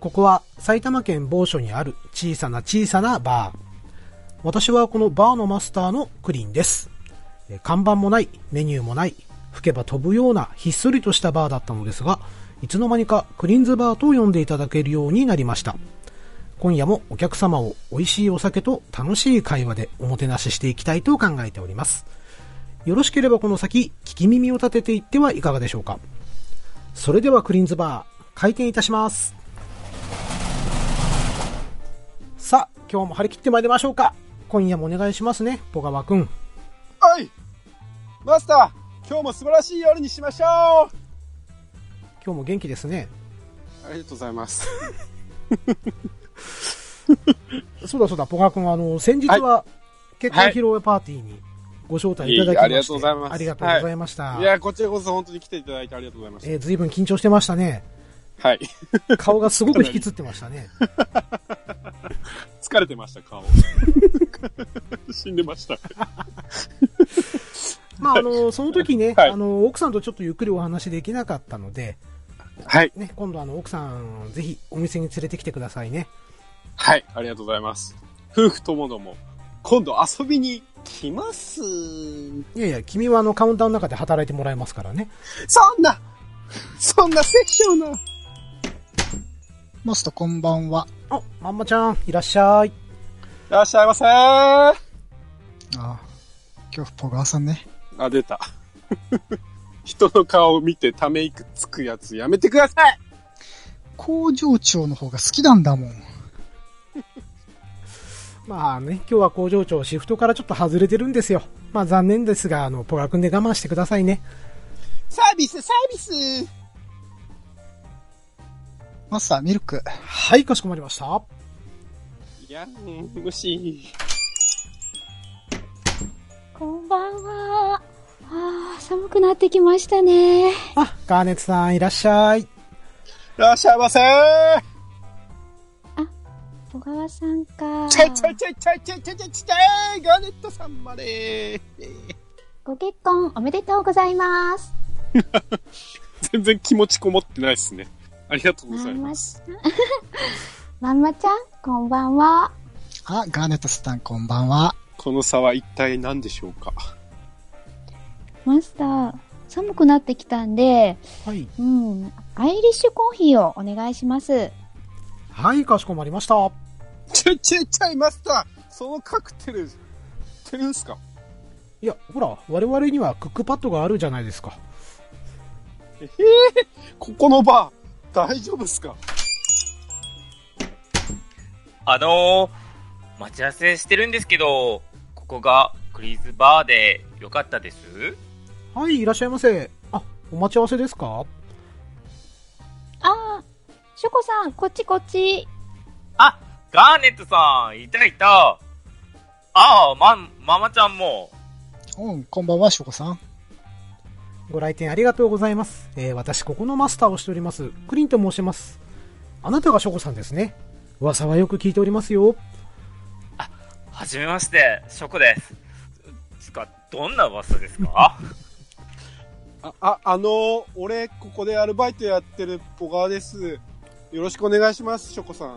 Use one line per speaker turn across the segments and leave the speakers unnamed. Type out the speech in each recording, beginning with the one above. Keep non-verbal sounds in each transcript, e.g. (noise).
ここは埼玉県某所にある小さな小さなバー。私はこのバーのマスターのクリンです。えー看板もない、メニューもない、吹けば飛ぶようなひっそりとしたバーだったのですが、いつの間にかクリンズバーと呼んでいただけるようになりました。今夜もお客様を美味しいお酒と楽しい会話でおもてなししていきたいと考えております。よろしければこの先、聞き耳を立てていってはいかがでしょうか。それではクリンズバー、開店いたします。さあ、今日も張り切ってまいりましょうか。今夜もお願いしますね、小川くん。
はいマスター今日も素晴らしい夜にしましょうあ
今日も元気ですね。
りがとうございます。
そうだそうだ、ポカ君、あの、先日は結婚披露宴パーティーにご招待いただきまして、
いえいえありがとうございます
ありがとうございました。
いや、こちらこそ本当に来ていただいてありがとうございまし
えー、ずいぶん緊張してましたね。
た。はい。
顔がすごく引きつってました
(laughs)
ね。
疲れてました、 (laughs) 顔。死んでました。
まあ、あの、その時ね、
はい
あの、奥さんとちょっとゆっくりお話できなかったので、
はい。
ね、今度あの、奥さん、ぜひお店に連れてきてくださいね。
はい、ありがとうございます。夫婦ともども、今度遊びに来ます。
いやいや、君はあの、カウンターの中で働いてもらえますからね。
そんな、そんなセッションの。
マスターこんばんは。
あ、まんまちゃん、いらっしゃい。
いらっしゃいませー。
ああ、今日、ポガーさんね。
あ、出た。人の顔を見てため息つくやつやめてください
工場長の方が好きなんだもん。
まあね、今日は工場長、シフトからちょっと外れてるんですよ。まあ残念ですが、あの、ポカ君で我慢してくださいね。
サービス、サービス
マスター、ミルク。
はい、かしこまりました。
いやん、無視。
こんばんは。あー寒くなってきましたね。
あ、ガーネツさん、いらっしゃい。
いらっしゃいませー
小川さんか。
ちょいちょいちょいちょいちょいちょいちょいちょいガーネットさんまで
ご結婚おめでとうございます。
全然気持ちこもってないですね。ありがとうございます。
す。 (laughs) まんまちゃん、こんばんは。
あ、ガーネットスタン、こんばんは。
この差は一体何でしょうか
マスター、寒くなってきたんで、
はい。
うん、アイリッシュコーヒーをお願いします。
はい、かしこまりました。あ、
ちょいちょいちょいマスターそのカクテル、てるんすか
いや、ほら、我々にはクックパッドがあるじゃないですか。
ここのバー、大丈夫っすか
あのー、待ち合わせしてるんですけど、ここがクリーズバーでよかったです
はい、いらっしゃいませ。あ、お待ち合わせですか
あー、ショコさん、こっちこっち。
あ、ガーネットさん、いたいた。ああ、ま、ママちゃんも。
うん、こんばんは、ショコさん。
ご来店ありがとうございます。えー、私、ここのマスターをしております、クリンと申します。あなたがショコさんですね。噂はよく聞いておりますよ。
はじめまして、ショコです。つか、どんな噂ですか
あ、あ、あのー、俺、ここでアルバイトやってるポガーです。よろしくお願いします、ショコさん。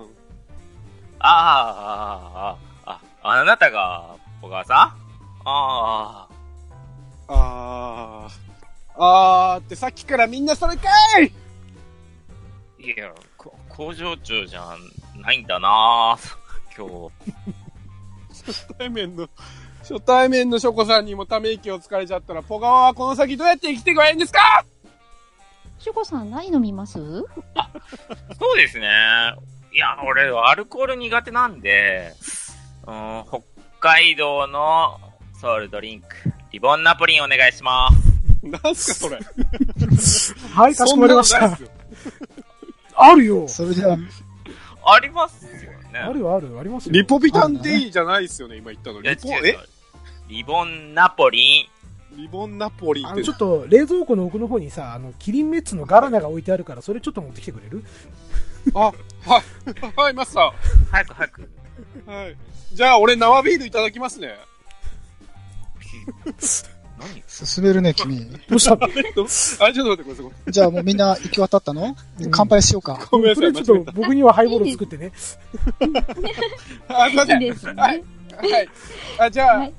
あーあー、あ、あなたが、小川さんああ、
あー。あーってさっきからみんなそれかい
いや、こ工場長じゃないんだな今日。
初対面の、初対面のショコさんにもため息をつかれちゃったら、ポガワはこの先どうやって生きていけばいいんですか
ショコさん、何飲みます
そうですね。いや、俺、アルコール苦手なんで、うん、北海道のソウルドリンク、リボンナポリンお願いします。
なんすかそれ。
はい、かし
そ
こ
ん
ま
な
り
の
まし
ないったす。よ
あるよ
それでは、
ありますよ
あ
ね。
るよ、あるよ、ありますよ。
リポビタン D じゃないですよね、今言ったの。
いや
リポ、
違う違
え
うリボンナポリン。
リボンナポリ
あ
っ
の、
て
ちょ。っと、冷蔵庫の奥の方にさ、あの、キリンメッツのガラナが置いてあるから、それちょっと持ってきてくれる
あ、はい、はい、マスタ
早く早く。
ー。はい。じゃあ、俺生ビールいただきますね。
何
進めるね、君。
どうしたの
えっと (laughs) あ、ちょっと待ってください。
じゃあもうみんな行き渡ったの
うん
乾杯しようか。
ごめんな
と
さ
りあえず
い、間違
ちょっ
え
と僕にはハイボール作ってね。
た。あ、すいませ
い
ん。
いですね。
はいはい。あ、じゃあ、
はい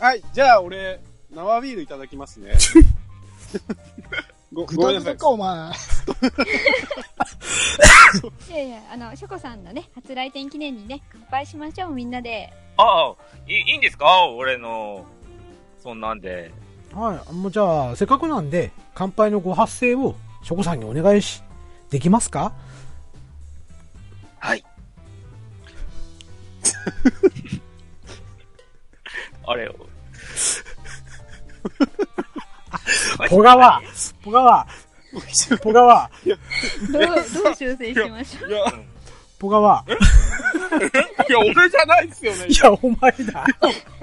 あはい。じゃあ、俺、生ビールいただきますね。ご
グ
ごめ
ダ
んなさ
グダ
い。
か、お前。
いやいや、あの、ショコさんのね、初来店記念にね、乾杯しましょう、みんなで。
ああ、いいいいんですか俺の、そんなんで。
はい。もうじゃあ、せっかくなんで、乾杯のご発声を、ショコさんにお願いし、できますか
はい。
(laughs)
あれよ。
小川小川小川
どう、どう修正しましょ
いや、
小川
いや、俺じゃないですよね
い。や、お前だ。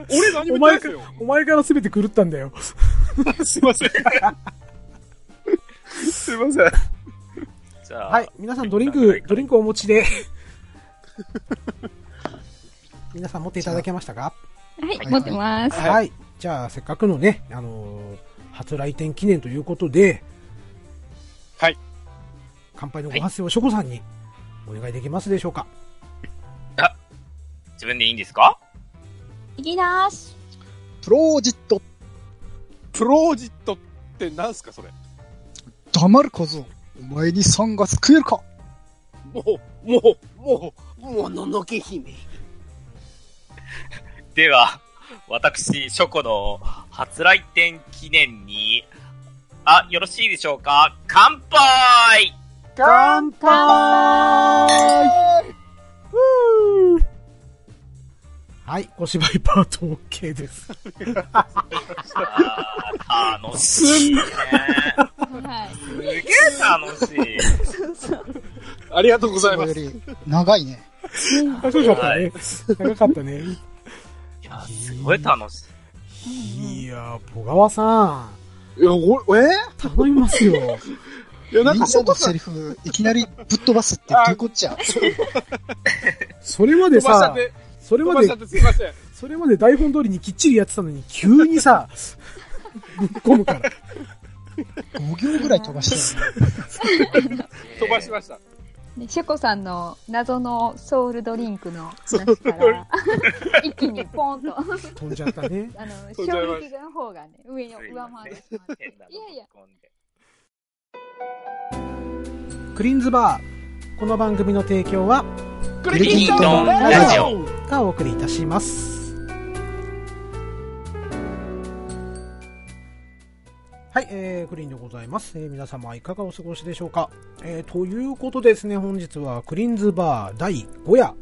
俺何
お
も言
前
ってないですよ。
お前から全て狂ったんだよ。
すいません。すいません。
じゃあ、
はい。皆さんドリンク、ドリンクお持ちで。 (laughs) 皆さん持っていただけましたか
う。はい
は、い
持ってます。
はい、じゃあ、せっかくのね、あのー初来店記念ということで、
はい。
乾杯のご発声をショコさんにお願いできますでしょうか。
自分でいいんですか
いきなーし。
プロジット、
プロジットってなんすか、それ。
黙る小僧。お前に3が救えるか
もう、もう、もう、もののけ姫。
では、私、ショコの初来店記念に、あ、よろしいでしょうか乾杯
乾杯はい、お芝居パート OK です。
あー楽しいね。
はい。
すげえ楽しい。
ありがとうございま
よ
す。
り長いね。
長かったね。長かったね。
いや、すごい楽しい。
いやー、小川さん、
いや、お、え
頼みますよ。
いや、
み
なんん
な
か、
のセリフ、いきなりぶっ飛ばすってどういうこっちゃ。
それまで
飛ばしちゃ
さ
っ、て、
それ
飛
ま
ばしち
で
ゃってすいません。
それまで台本通りにきっちりやってたのに、急にさ、ぶっ込むから。
5行ぐらい飛ばしてる。
飛ばしました。
ねシェコさんの謎のソウルドリンクの話から、一気にポンと、
飛んじゃったね。
あの、
うございま
衝
す
撃の方がね、上に上回ってしまって。いやいや。
クリーンズバー。この番組の提供は、
ク
リキントン
ラジオ
がお送りいたします。はい、えー、クリーンでございます。えー皆様いかがお過ごしでしょうか、えーということでですね、本日はクリーンズバー第5夜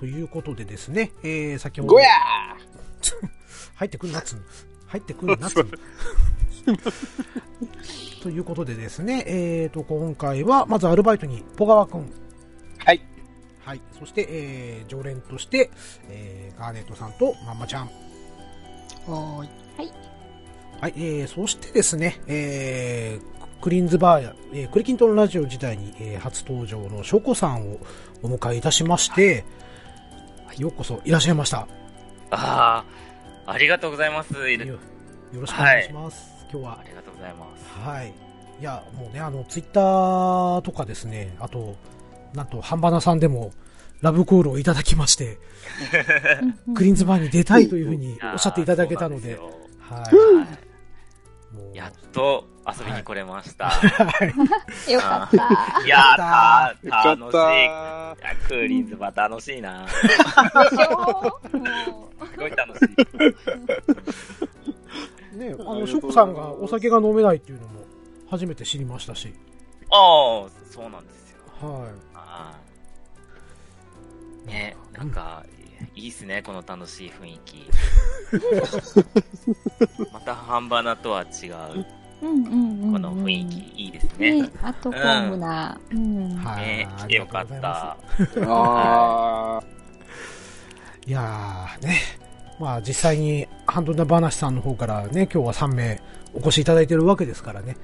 ということでですね、えー、先ほど。
ゴヤ
(laughs) 入ってくるなっつうの入ってくるなっつうのということでですね、えー、と今回はまずアルバイトにポガワ君、
はい。
はい、そして、えー常連として、えーガーネットさんとまんまちゃん、
おーい
はいえーそしてですね、えークリーンズバーや、えークリキントンラジオ時代に、えー初登場のショコさんをお迎えいたしまして、ようこそいらっしゃいました。
ああ、ありがとうございます。い
よ
る
よろしくお願いします。今日は
ありがとうございます。
はい。いや、もうね、あの、ツイッターとかですね、あと、なんと、ハンバナさんでも、ラブコールをいただきまして、クリーンズバーに出たいというふうにおっしゃっていただけたの
いや
で
ー、そうなんすよ
は
はい
い。もう
いやっと遊びに来れ
(laughs)
ました。
よかった。
いやー、た
よかっ
楽しい。
た
いやクーリンズバ楽しいな。す
でしょもう
ごい楽しい。
ね、あの、ショコさんがお酒が飲めないっていうのも、初めて知りましたし、
ああ、そうなんですよ。
は
ああ。ね、なんか、いいっすね、この楽しい雰囲 (laughs) 気。また半端なとは違う、
うんうんうんうん
この雰囲気、いいですね
ね。、アットホームな。うん
い。はい。
ね
あ
来て
りが
よ
と
か
う
っ
ござい
た
ま。
あ
す。いやー、ね。まあ、実際に、ハンドナバナシさんの方からね、今日は3名お越しいただいてるわけですからね。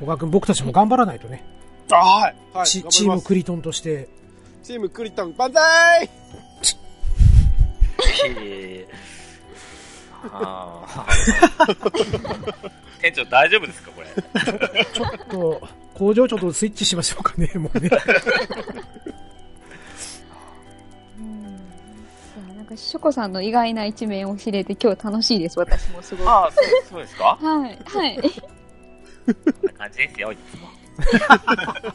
ポカ君、僕たちも頑張らないとね。
ー。はい。はい。
チ
頑張
チ
り
ー
ま
ム
す
クリトンとして、
チームクリトン、万歳
えーああ。店長大丈夫ですかこれ。
ちょっと、工場長とスイッチしましょうかね、もうね。
うんいやなんか、ショコさんの意外な一面を知れて、今日楽しいです、私もすごい。は
ああ、そうそうですか
い、はい。
こんな感じですよ、いつも。
(laughs)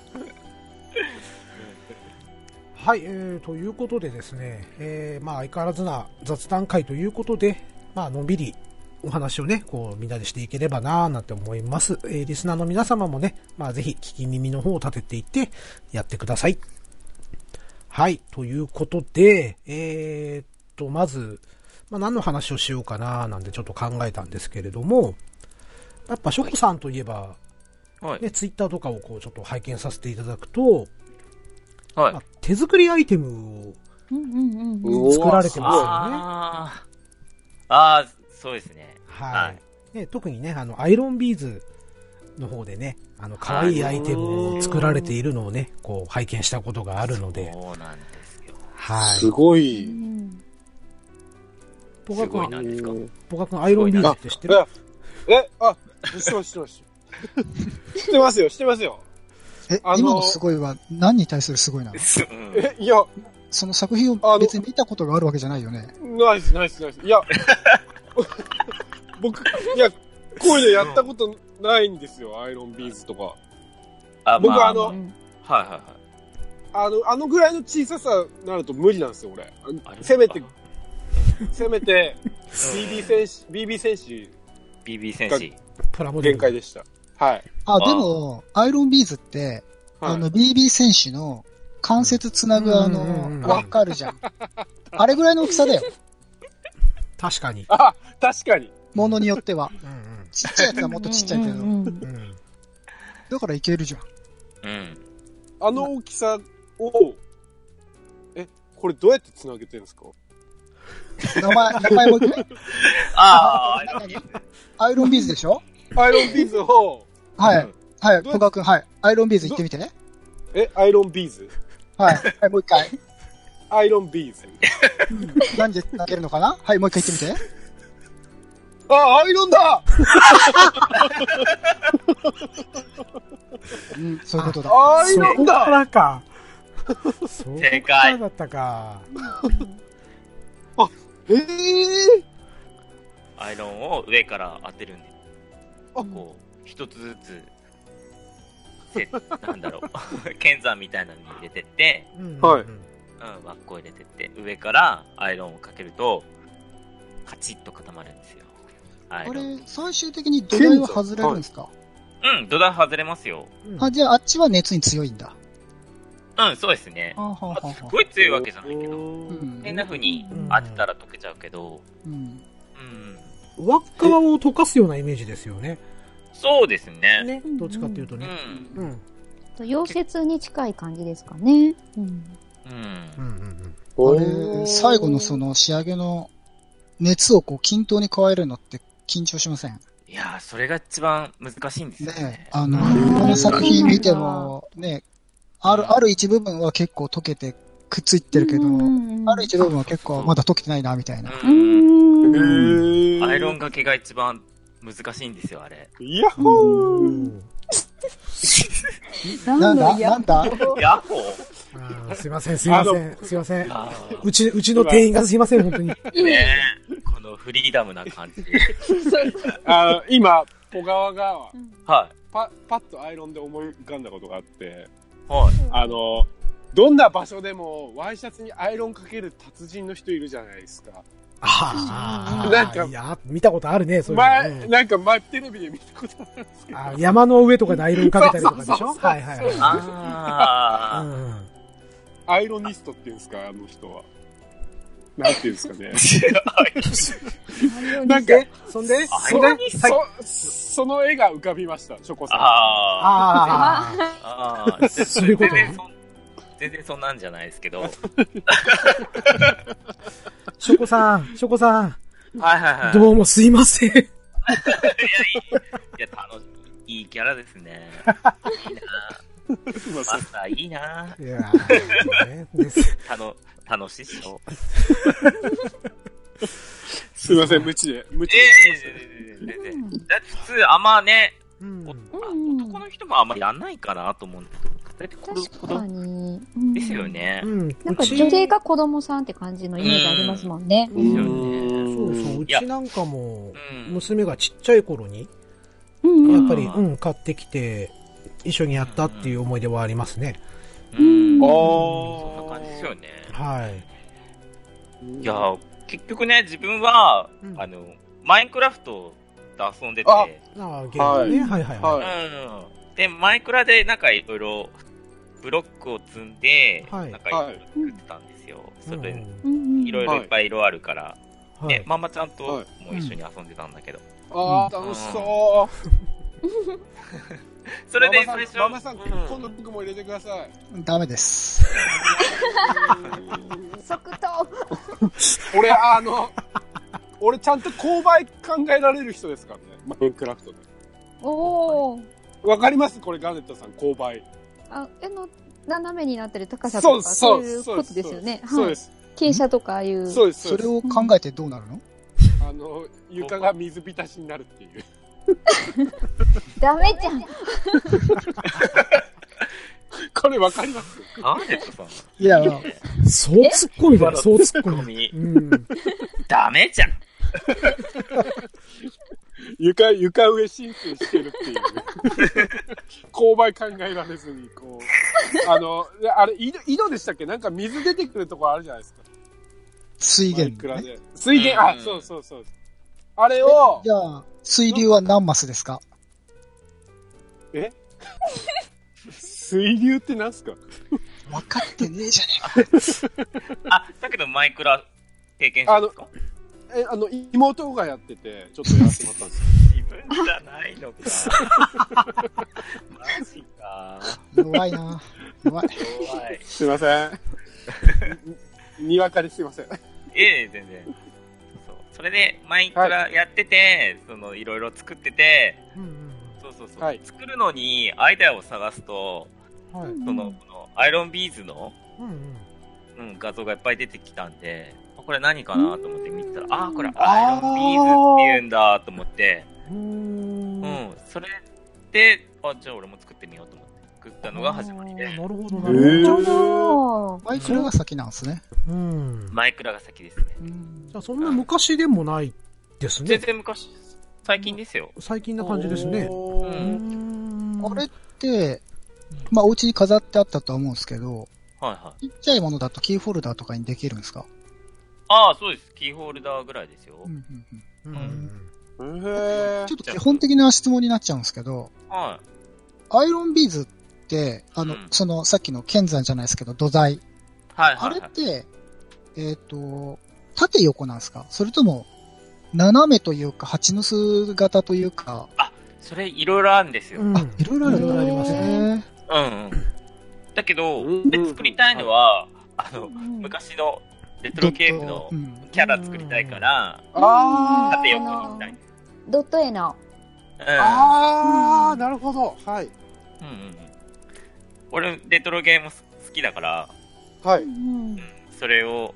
はい、えー、ということでですね、えー、まあ相変わらずな雑談会ということで、まあのんびりお話をね、こうみんなでしていければなぁなんて思います。えー、リスナーの皆様もね、まあぜひ聞き耳の方を立てていってやってください。はい、ということで、えー、っと、まず、まあ何の話をしようかなぁなんてちょっと考えたんですけれども、やっぱショコさんといえば、
はい。
ね、ツイッターとかをこうちょっと拝見させていただくと、
はい
まあ。手作りアイテムを
うんうんうん。
う
作られてますよね。
ああ。ああ、そうですね。
は。
はい
ね、特にね、あの、アイロンビーズの方でね、あの、可愛いアイテムを作られているのをね、こう、拝見したことがあるので、
そうなんですよ。
は
す
い。
ご
う
い。
ん
ポカ
すご
君
い、なんですか
うん
ポカ君、アイロンビーズって知ってる
あえ、あ、知ってます、知ってます。知ってますよ、知ってますよ。
え、
あのー
今のすごいは何に対するすごいなの
うん
え、いや、
その作品を別に見たことがあるわけじゃないよね。
ナイス、ナイス、ナイス。いや、 (laughs) 僕、いや、こういうのやったことないんですよ、アイロンビーズとか。
あ
僕
ま
あの
うん
はいはいはい。
あの、あのぐらいの小ささになると無理なんですよ、俺。
あれ
せめて
うん、
せめて、BB 戦士、BB 戦士
BB 戦士。
プラモデル。
限界でした。はい。
あ、でも、アイロンビーズって、
はい
あの、BB 戦士の関節つなぐあ
うんうんうん
の、わかるじゃん。あれぐらいの大きさ (laughs) だよ。
確かに。
あ、確かに。
ものによっては。
うん
ちっちゃいやつはもっとちっちゃいけど。
うんうんうん
うん。うん。
だからいけるじゃん。
うん。
あの大きさを、え、これどうやって繋げてるんですか
名前、名前も言って
ああ、
(laughs) アイロンビーズでしょ
アイロンビーズを、
は
う
い
ん。
はい、
どう
小川くん、はい。アイロンビーズ行ってみてね。
え、アイロンビーズ
はい。はい、もう一回。
アイロンビーズ。
何で投げるのかなはい、もう一回行ってみて。
あ、アイロンだ
うん、そういうことだ。
アイ
そ
ロン
こ
だ
からか。そこ
正
か
解
ら。だったか。
ええ
アイロンを上から当てるんで、
あ
こう、一つずつ、せなんだろう、 (laughs) 剣山みたいなのに入れてって、
うんうんうん
はい
うん、輪っこ入れてって、上からアイロンをかけると、カチッと固まるんですよ。ア
あ
イロン。
れ、最終的に土台は外れるんですか
うん、土台外れますよ。
うん
あ、じゃああっちは熱に強いんだ。
うん、そうですね。
ははは
すごい強いわけじゃない
う
けど、
ど。
ん
変な風に当てたら溶けちゃうけど、
うん。
うん、
輪っかを溶かすようなイメージですよね。
そうですね。
ね。どっちかっていうと
う
ね。
ん、
うん。
と溶接に近い感じですかね。うん。
うん
うんう、んうん。
あれ、最後のその仕上げの熱をこう均等に加えるのって緊張しません
いやー、それが一番難しいんですよ
ね
ね。
あの、
うん
この作品見ても、ね、ある、ある一部分は結構溶けてくっついてるけど、ある一部分は結構まだ溶けてないな、みたいな。
う、
うんん。うん
え
アイロン。掛けが一番難しいんですよ、あ (laughs) れ。
ヤッホー
な
何
ん
の
だ
いや
なんだ
ヤッホ
あーすいません、すいません、すいません。
ー
うち、うちの店員がすいません、本当に。
ねえこのフリーダムな感 (laughs) じ。
あ今、小川が、
は
パパッとアイロンで思い浮かんだことがあって、
い。はい。
あの、どんな場所でもワイシャツにアイロンかける達人の人いるじゃないですか。
ああ、
なんか
いや、見たことあるね、そういうの
前、
ね。
なんか前テレビで見たことあるんですけど。
あー山の上とかでアイロンかけたりとかでし
そうそう
ょ
そうそう
はいはいは
あ
い。う
ー。
んうん。
アイロニストっていうんですか、あの人は。なんていうんですかね。なんか、
で、そんで、
ア
そ
イ
の
ロニスト
そその絵が浮かびました、ショコさん。
あ
ああ、
ー。あー。
(laughs) そういうことね
全然そん全然そんなんじゃないですけ (laughs) ど。はい
ショコさん、ショコさん、
はいはい。
どうもすいません。
いや、いい。いや、楽しい。いいキャラですね。いいな
すいませ
マ
ん
スターいいない
やーねです
楽、楽しそう。
すいません、無知で。無
え
知で。
ええええええええだって普通、あんまね、
うん
お
うん
あ男の人もあんまやんないかなと思うんだけど、だってこれ
確かに。
ですよ。ね
う。ん
なん
う
か
ち
女性が子供さんって感じのイメージありますもんね。
う
ですよ
ん
ね
そうそうう
いや
ちなんかも
うん
娘がちっちゃい頃に
うん
や
うん
っぱり、
あー
うん、買ってきて一緒にやったっていう思い出はありますね
うん。
うん
そんな
あ
感じですよね。
はい
いや、結局ね、自分は、
うん
あの、マインクラフトと遊んでて、
あ
ああゲームね、はい、はいは
はいい
うん。で、マイクラでなんかいろいろブロックを積んで、
はい
なんかいろいろ作ってたんですよ。それ、
うん
うんうん
いろいろいっぱい色あるから、
は
ね
い、
ママちゃんと
は
も一緒に遊んでたんだけど。
あー、楽しそう。
それで
ママ
最初、
さんママさん、
うん
今度僕も入れてください。
ダメです。
即答
俺、あの、俺ちゃんと購買考えられる人ですからね。マインクラフトで。
おー
わかりますこれ、ガーネットさん、購買。
あ、絵の斜めになってる高さ
そ
と
う
か、
そ
そう
う
いう
そう
ことですよね。
そう
は
で
い。
す。
傾斜とかああいう。
そうです。そ
そう
で
れ
す。
を考えてどうなるの
あの、床が水浸しになるっていう。
ダメじゃん。
これわかります
ガーネットさん、
いや、まあ
そう突っ込みだよそう突っ込
(laughs)
み
ゴミ
うん
ダメじゃん。
床、床上浸水してるっていう。勾配考えられずに、こう。あの、であれ、井戸井戸でしたっけなんか水出てくるところあるじゃないですか。
水
マイク
源、
ラ
ね。
で。水源、
う
あ、
ん
そうそうそう。あれを
じ、ゃあ、水流は何マスですか
水流ってなんすか
分かってねえじゃねえか。
(laughs)
あ、だけどマイクラ経験者ですか
え、あの、妹がやってて、ちょっとやらせてもらったんですよ。
自分じゃないのか。マジか。
弱いな。弱い。
怖
(laughs)
い。
すいません。 (laughs) ににわかですいません。
いえいえ、全然。そう。それで、マインクラやってて、その、いろいろ作ってて、
うん
そうそうそう。
はい
作るのに、アイデアを探すと、
うんはい
その、このアイロンビーズの、
うんうん
うん、画像がいっぱい出てきたんで、あこれ何かなと思って見てたら、あー、これア
あ
イ
ー
ロンビーズって言うんだと思って、
うーん
う
あ
ん、それで、あ、じゃあ俺も作ってみようと思って、作った
ー
のが始まりで
な、るほどな
えー
るほど
おー
マイクラが先なんですね。
うん
マイクラが先ですね。
じゃあそんな昔でもないです
全
ね
然昔、最近ですよ。
最近な感じですね
お
う
ー
ーん
これって、まあ、お家に飾ってあったとは思うんですけど、
はいはい。
ちっちゃいものだとキーホルダーとかにできるんですか
ああ、そうです。キーホルダーぐらいですよ。
うんうんうん
うん
へー
ちょっと基本的な質問になっちゃうんですけど、
は
アイロンビーズって、あの、
うん
その、さっきの剣山じゃないですけど、土台。
い。はい
あ
はい、
れっ
はい。
て、えっ、と、縦横なんですかそれとも、斜めというか、蜂の巣型というか、
それいろいろあるんですよ。
うん
あ、いろいろある
いろいろあります
ね。
うんうん。だけど、
うんうん
で作りたいのは、あ
う
の、
ん
昔のレトロゲームの
うん
キャラ作りたいから、
あー
縦横に行きたい。
ドット絵の。
う
あー、なるほど。はい。
ん。うんうんうん、俺、レトロゲームす好きだから、
は
う
い。
うんん、それを、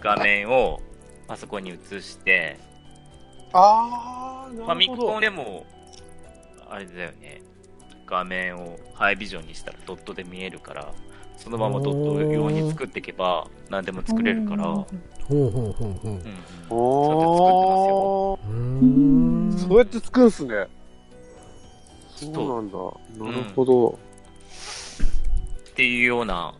画面をパソコンに映して、
あー、
まあ、
な
ミ
るほ
ク
ど。
コンでも、あれだよね、画面をハイビジョンにしたらドットで見えるから、そのままドット用に作っていけば、何でも作れるから、うんう
ほ
ん、
うほうほうほう
お
うーん
ーそうやって作るんすね。
う
そうなんだ。
うん
なるほど。
っていうような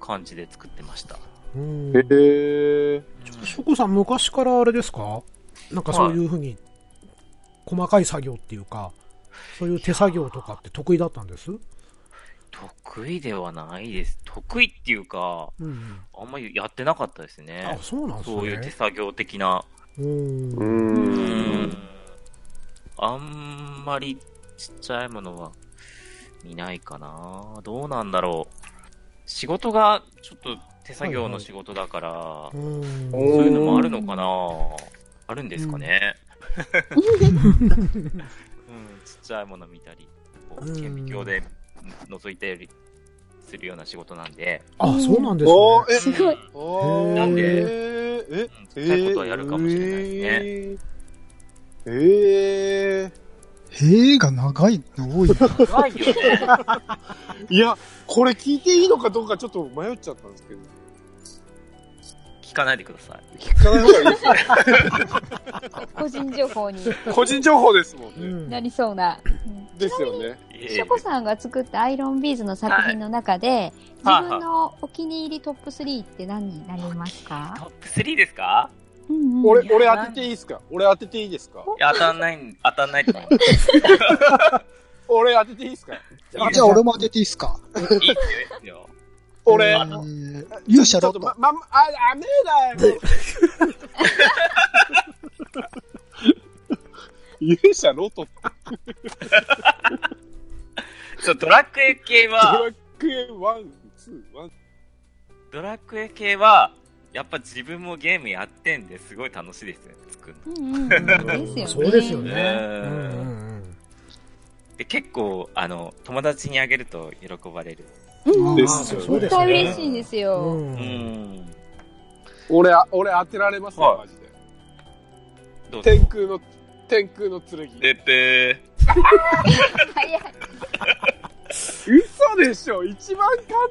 感じで作ってました。
うん
へー。
しょこさん、昔からあれですかなんかそういうふうに、細かい作業っていうか、そういう手作業とかって得意だったんです
得意ではないです。得意っていうか、
うん。
あんまりやってなかったです
あ
ね、。
そうなんですね。
そういう手作業的な。
うん
う。
うんん。あんまりちっちゃいものは見ないかな。どうなんだろう。仕事がちょっと手作業の仕事だから、
うん
お
そういうのもあるのかな。あるんですかね。うん、ちっちゃいもの見たり、こう
うん
顕微鏡で覗いたりするような仕事なんで。
あ、そうなんですね。
おー、え、
すごい。
おー
なん
で
えーえ
うんそういうことはやるかもしれないですね。
ね。えー、え
へえが長いの多いな。
怖いよね。
ーいや、これ聞いていいのかどうかちょっと迷っちゃったんですけど。
聞かないでください。
聞かない方がいいですよ。
個人情報に
個人情報ですもんね。
うん
なりそうな。うん
(laughs) ですよね。
ショコさんが作ったアイロンビーズの作品の中で、
はい
自分のお気に入りトップ3って何になりますか、
トップ3ですか
うんうん
俺、俺当てていいですか俺当てていいですか
いや、当たんない、当たんないと思う。
俺当てていいですか
いいで
じ
す
ゃあ
よ、
俺も当てていいですか。
いいですよ。
俺
え、ー、勇者
ちょ
ロ
っと
ット。
ま、ま、あ、ダメだよ。 (laughs) 勇者ロトって
そう、ドラクエ系
ド
は、
ラクエ1、2、1。
ドラクエ系は、やっぱ自分もゲームやってんですごい楽しいですね、作るの。
うんうんうん、ですよね。
そうですよね。
うん
うん
で、結構、あの、友達にあげると喜ばれる。
うん
で
絶
すよね
そうです
対
ね。
嬉しいです
う。
よ。
うんん。
俺、あ俺当てられますね、
はい
マジで。
どうぞ
天空の、天空の剣。
でて
早い。
嘘でしょ一番簡単な、な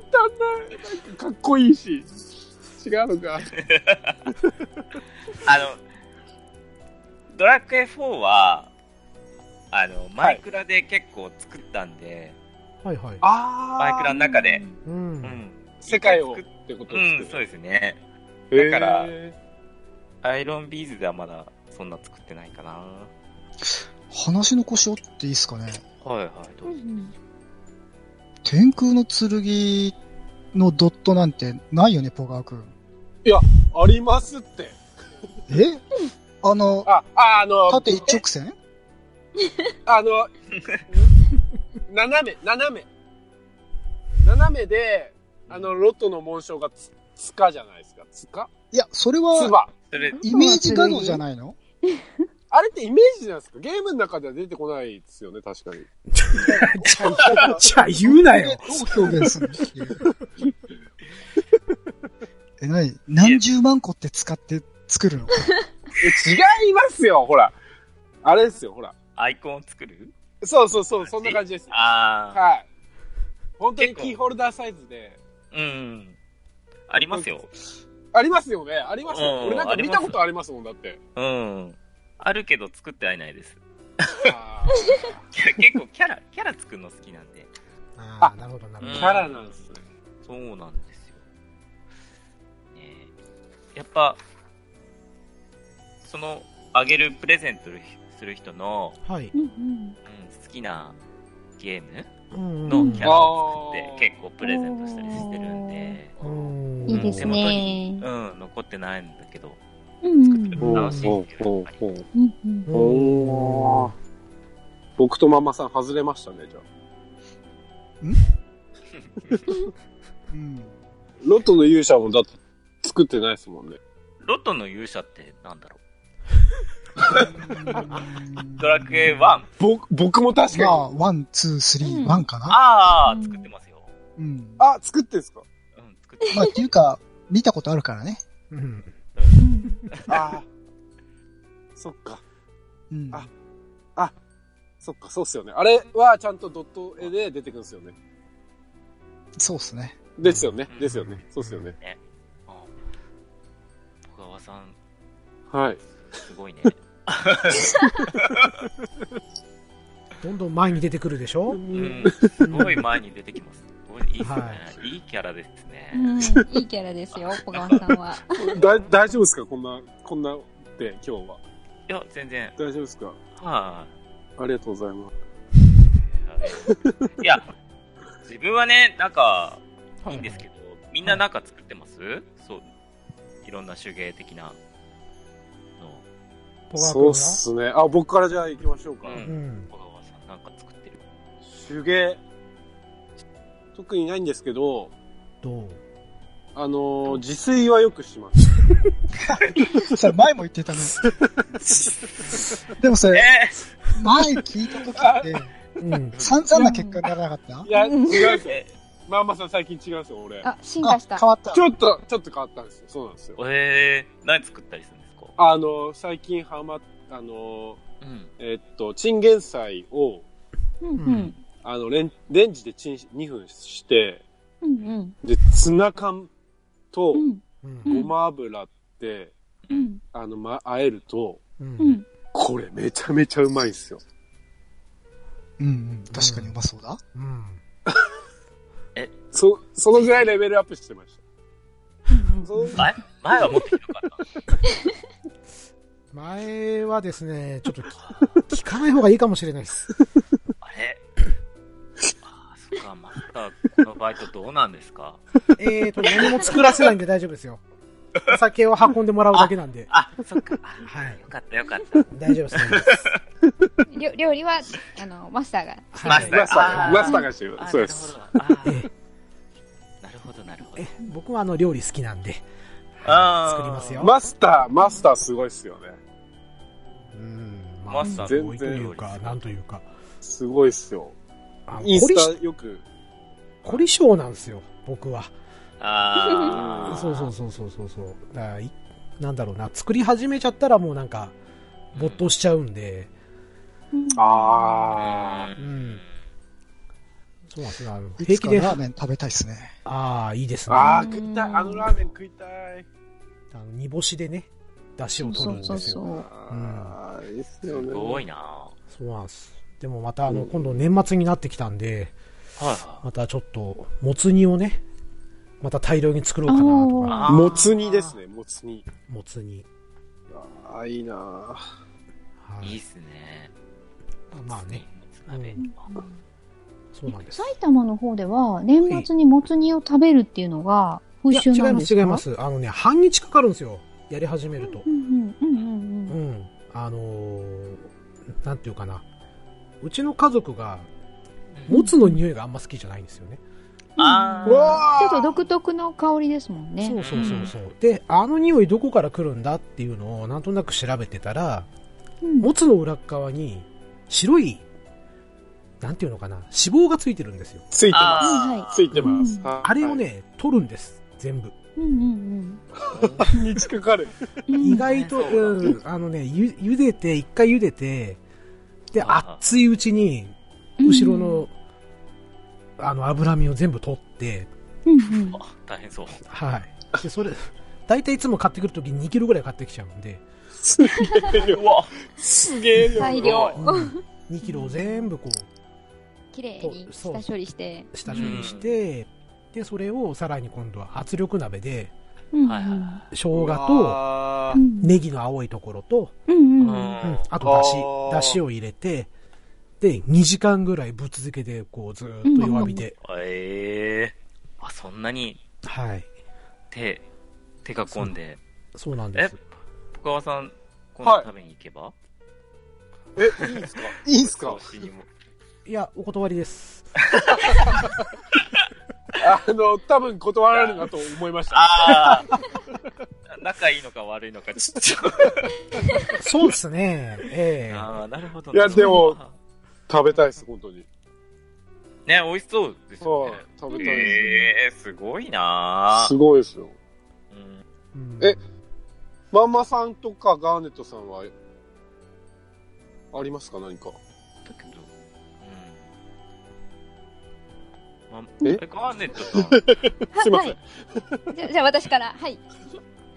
んかかっこいいし。違うのか。
ーあの、ドラクエ4は、あの、マイクラで結構作ったんで、
はいはい。
あ
マイクラの中で。
う。
うんん。
世界を
作っ
ってこと
うん、
です
そう
ね。
ですね。
へー
だからアイロンビーズではまだそんな作ってないかな。
話の腰折っていいですかね。
はいはい、どうぞ。
天空の剣のドットなんてないよね、ポガー君。
ありますって。
えあの、
あ、あ、あの、
縦一直線
あの、 (laughs) 斜め、斜め。斜めで、あの、ロットの紋章がつ、つかじゃないですか。つか
いや、それ
つ
は
ば。
それ、
イメージ画像じゃないの
あれってイメージなんですかゲームの中では出てこないですよね、確
(laughs)
かに。
じゃあ言うな
え
よ。
どう表現するのっていう。
(laughs)
え、なに何十万個って使って作るの
え違いますよ、ほら。あれですよ、ほら。
アイコンを作る
そうそうそう、そんな感じです。
あ
はい。本当に
結構
キーホルダーサイズで。
あ、うん。ありますよ。
ありますよね、ありますよ。
うん
俺なんか
あり
見
ます
たことありますもん、だって。
うん。あるけど作ってはいないです。
あー
結 (laughs) 構キャラ、キャラ作るの好きなんで。
ああ、なるほど、なる
う
ほど
ん
キ。ャラなんですね。
そうなんですよ。ねえやっぱ、その、あげるプレゼントする人の、
はい。
うん
うん、好きなゲーム
うんう
の
ん
キャラを作って結構プレゼントしたりしてるんで、
うん
うんいいですね。
うん、残ってないんだけど、
うんう
作って
ん
も楽しいっていうやっぱ
う
う
り
んうん
うん
おー僕とママさん外れましたね、じゃあ。
うん。
ロットの勇者もだって作ってないですもんね。
ロットの勇者ってなんだろうドラクエ 1? あ
僕、僕も確
ま
か
あ、ワン、ツー、スリ
うん
ー、ワンかな。
あ
う
ー、
ん
作ってますよ。
うん。
に。あ、作ってんすか
うん、作って
まあ、っていうか、見たことあるからね。
うん
うん
ああ。そっか。
うん。
あそっか、そうっすよね。あれはちゃんとドット絵で出てくるんですよね。
そうっす
(laughs)
ね。
ですよね。ですよね。そうっすよね。
あー小川さん、
はい。
すごいね。
どんどん前に出てくるでしょ
うん、すごい前に出てきます。すごいいいですね、。
はい
いキャラですね。
うんいいキャラですよ、小川さんは。
だ (laughs) 大丈夫ですかこんな、こんなで今日は。
いや、全然。
大丈夫ですか
は
ありがとうございます。
い。いや、自分はね、なんか、いいんですけど、みんななんか作ってます、そう。いろんな手芸的なの。
ポガー
そうっ
君
すね。あ、僕からじゃあ行きましょうか。
う
が。うん。
小川さん、なんか作ってる。
手芸。特にないんですけど、
どう
あのー自炊はよくします。
それ前も言っ
(laughs)
てたね。でもそれ、
え
前聞いた時って、
うん。
散々な結果にならなかった
いや、違うんですよ。まあまさん最近違うんですよ、俺。
あ、進化した。
あ変わった
ち。ょっと、ちょっと変わったんですよ。そうなんですよ。
えー、何作ったりするんですか
あの、最近ハマっあの、
うん。
えっと、チンゲン菜を、
うんうん。
あの、レン、レンジでチンし、2分して、
うんうん。
で、ツナ缶と
う、ん
うん
ごま油って、
うん
あの、ま、和えると、
うん
うん。
これめちゃめちゃうまいんですよ。
うんうん。確かにうまそうだ。
うん
そ、そのぐらいレベルアップしてました。そう
前前は持ってきてなかった。
前はですね、ちょっとき聞かない方がいいかもしれないです。
あれあー、そっか、マスター、このバイトどうなんですか
えーと、何も作らせないんで大丈夫ですよ。お酒を運んでもらうだけなんで。
あ、そっか。あ
はい。
よかった、よかった。
大丈夫です。大丈夫です
りょ料理は、あの、マスターが。
はい
マ
マスターが、
あー
マスターがしてる
あ。ー
そうです。
なるほど。あ
え
ーなるほど、なるほど
え。僕はあの料理好きなんで、
あー
作りますよ。
マスター、マスターすごいっすよね。
うん、
マスタ
ー
多いというか、なんというか。
すごいっすよ。
あの
イン
凝りし
スタよく。
凝り性なんですよ、僕は。
あー
そうそうそうそうそうそう。だからいなんだろうな、作り始めちゃったらもうなんか、没頭しちゃうんで、
あ
う
うんん。そうなんですよあの
い
平
つ
気
か
で、
ラー
あ
メン食べたいっすね。
あー、いいです
ー。
ね。
ああ、
あ
食いたい。あのラーメン食いたい。
の煮干しでね、出汁を取るんですよ。そう
う。
ああ、いいっすよ
す
ね。
ごいなは
なんです。でもまた、あの、今度年末になってきたんで、
いはい。
またちょっと、もつ煮をね、また大量に作ろうかなとか、
あー
もつ煮です。ね、もつ煮。
もつ煮。
ああ、いいなー
はい
いっ
い。
すね。
まあね、
鍋
うんそうなんです。
埼玉の方では年末にもつ煮を食べるっていうのが
い
風習
や、違
ないん
ま、
ですすか
違いま。す。あのね、半日かかるんですよ。やり始めると
う。んうんうんうん
う
うん。
ん。あのー、なんていうかな。うちの家族が、もつの匂いがあんま好きじゃないんですよね。
あ
う
ー。
わ
ちょ
ー
っと独特の香りですもんね。
そうそうそうそう。で、あの匂いどこから来るんだっていうのをなんとなく調べてたら、
うん
もつの裏っ側に白い、なんていうのかな、脂肪がついてるんですよ。
ついてま
はいは
す。ついてます
う。ん
はい
あれを、ね、取るんです。全部。
うんうん
(laughs)
半日かかる。
うん。うん
意外と、
うん
うん、あのね、ゆ、茹でて、一回茹でて、で、
あ
熱いうちに、
うん
後ろの、あの、脂身を全部取って、
うんうん
あ大変そう。
はい。で、それ、大体いつも買ってくるとき2キロぐらい買ってきちゃうんで、
すげえ
う
よ。
わ
すげえよ。
大量。
うん2キロを全部こう、
綺麗に下処理して。
下処理して、で、それをさらに今度は圧力鍋で、
うん
はいはいは
生姜と、
あ
うん
ネギの青いところと、
うんうん
う
う
ん
ん。
あと、だし
あ、ー
だしを入れて、で、2時間ぐらいぶつづけで、こう、ずーっと弱火で、
ええー。あ、そんなに
はい。
手、手が込んで。
そうなんです。
深川さん、今度食べに行けば、
え、いいんすかいいんすか
少しにも
いや、お断りです。
あの、多分断られるなと思いました。
ああ (laughs) 仲いいのか悪いのか、ちょっと。
そうですね。ええ
ああ、なるほど。
いやでも。食べたいです、本当に。
(laughs) ね、美味しそうですよ
は
ね。
い、食べたいで
ええー、すごいな
す。すごいですよ。
ー、うん、
うん
えまんまさんとかガーネットさんは、ありますか何か。
だけど、うん。ま
え
えガーネットさん、
は
すいません
い。じゃじゃあ私から。はい。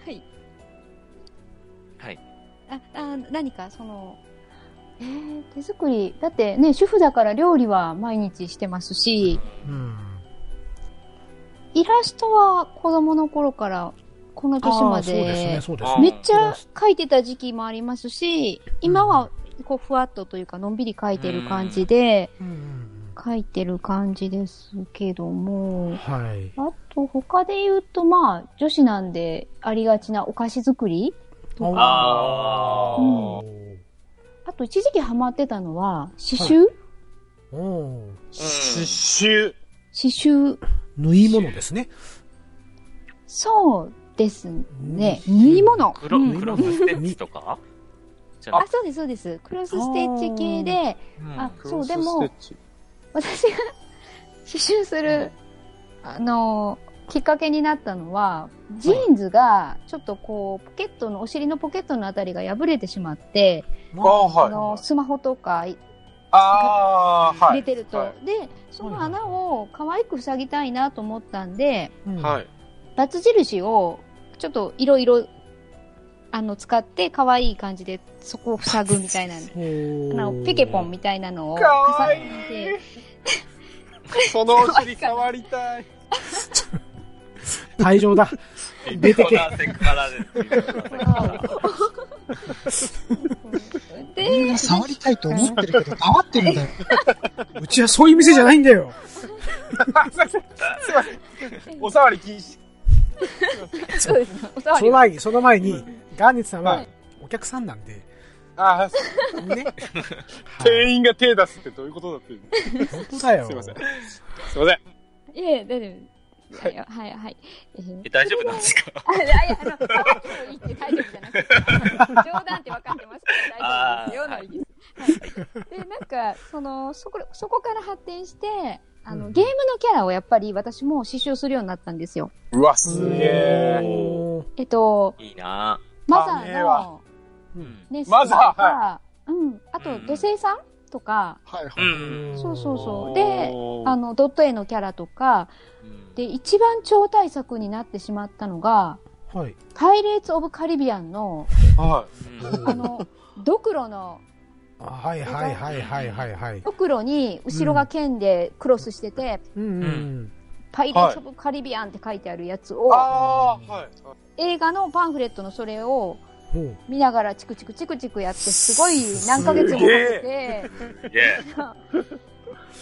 はい。
はい。
あ、あ何か、その、
えー手作り。だってね、主婦だから料理は毎日してますし、
うん。
イラストは子供の頃からこの年
あ
ま
ーそうですね、
で、
そうです
め
ね。
っちゃ描いてた時期もありますし、今はこうふわっとというかのんびり描いてる感じで、
うんうん
描いてる感じですけど
うん
も、
はい。
あと他で言うとまあ、女子なんでありがちなお菓子作りとか、
ああ、
うん
おー
あと一時期ハマってたのは、刺繍
おー
刺繍。
刺繍。
縫い物ですね。
そうですね。
うん
縫い物。
黒、
うん
黒ステッチとかじゃ
あ、そうです、そうです。クロスステッチ系で、
うん
あ、
ク
そ
ロ
う、
ス
で
ステ
も
ッ、チ
私が刺繍する
あの、きっかけになったのは、ジーンズが、ちょっとこう、ポケットの、お尻のポケットのあたりが破れてしまって、
ああ、は
あの、スマホとかい
ああ、はい。
入れてると。
は
で、その穴を可愛く塞ぎたいなと思ったんで、
い。はい。
バツ印を、ちょっといろいろ、あの、使って、可愛い感じで、そこを塞ぐみたいな。あ
い。
の、ペケポンみたいなのを
かわいい
重
(laughs)
ねて。
そのお尻触りたい。
退場だ。出てけ
こんなセクハラです。
みん
で
な、触りたいと思ってるけど、触ってる
(laughs)
んだよ。
うちはそういう店じゃないんだよ。
すいません。お触り禁止。
(laughs) そうですね。お触
その
りは
前に、その前に、ガーネツさん
は
はいお客さんなん (laughs) で、
ああ、
ね。はい、
店員が手出すってどういうことだっていう。
本当だよ。
すいません。すいません。
いえ、大丈夫です。はい、はい、はい。えー
え大丈夫なんですか
(laughs) あ、いや、いやあの、騒ぎもいいって大丈夫じゃなくて、冗談って分かってますから大丈夫ですよ、の意味です。はい。で、なんか、その、そこ、そこから発展して、あ
う
の、
ん
ゲームのキャラをやっぱり私も刺繍するようになったんですよ。
うわ、すげえ。
おー
えっと、
いいな
マザ
あね
ー
えわ
の、
うん。
ね、
マザー
スとか、うん、あと、土星さんとか、
はいは
う
い。
ん。
そうそうそう。で、あ
で、
の、ドット絵のキャラとか、で、一番超大作になってしまったのが、
はい。
パイレーツ・オブ・カリビアンの、
は
うん
あの、ドクロの、
あはいはいはいはいはいはい。
ドクロに後ろが剣でクロスしてて、
うんうん
パイレーツ・オブ・カリビアンって書いてあるやつを
い。、ああ、はい。
映画のパンフレットのそれを
うん。ほう
見ながらチクチクチクチクやって、すごい何ヶ月もかけて、
すげえ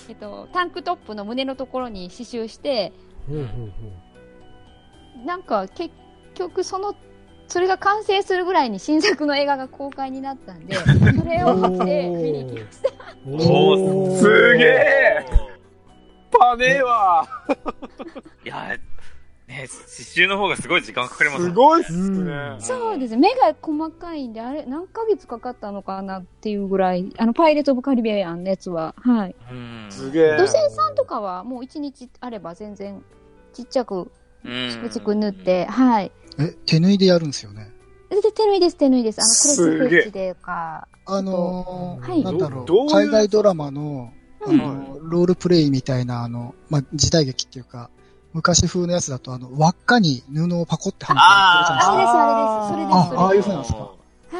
えっと、タンクトップの胸のところに刺繍して、
ほうほう
なんか結局その、それが完成するぐらいに新作の映画が公開になったんで、それを着て見に行きました。
ほう
おー
すげえ
い
パネーは、
や、ね、刺繍の方がすごい時間かかります
す
ね
ごいっす
うん
ね。
そうですね。目が細かいんで、あれ、何ヶ月かかったのかなっていうぐらい、あの、パイレート・オブ・カリビアンのやつは、はい。
うん
すげえ
土。星さんとかは、もう一日あれば全然、ちっちゃく、チクチク縫って、はい。
え、手縫いでやるんですよね。
で、手縫いです、手縫いです。あの、クロス
すげ
ス
え
イッチでか、
あの
はい
ー、なんだ
ど
ろ
どう
う、
いう
海外ドラマの、あ
うん
の、ロールプレイみたいな、あの、まあ、時代劇っていうか、昔風のやつだと、あの、輪っかに布をパコってはめて
あ
やっ
れ
てるじゃないで
です、
あー
あ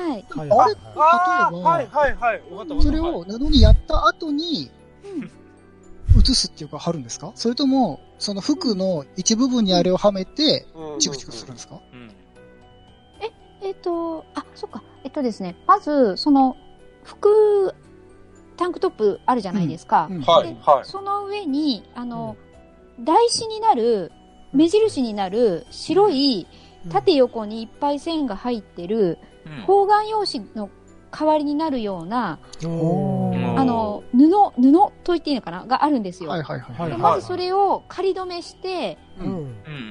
れです。それです、それです。
あああいう風なん
はい
ですか
はい。
あ
はいはい
あーはいは
れ例えば
いはい。わかったわかった。
すか。それ
はい
を布にやった後に、移すっていうか、貼るんですかそれとも、その服の一部分にあれをはめて、チクチクするんですか
うん
えっ、と、あ、そっか。えっとですね、まず、その、服、タンクトップあるじゃないですか。
うん
はい、はい。
その上に、あの、台紙になる、目印になる白い縦横にいっぱい線が入ってる
うん
方眼用紙の代わりになるような、
おー
うん
あの、布、布と言っていいのかながあるんですよ。
はいはいはい。
はい
で
はい
まずそれを仮止めして、
うん
う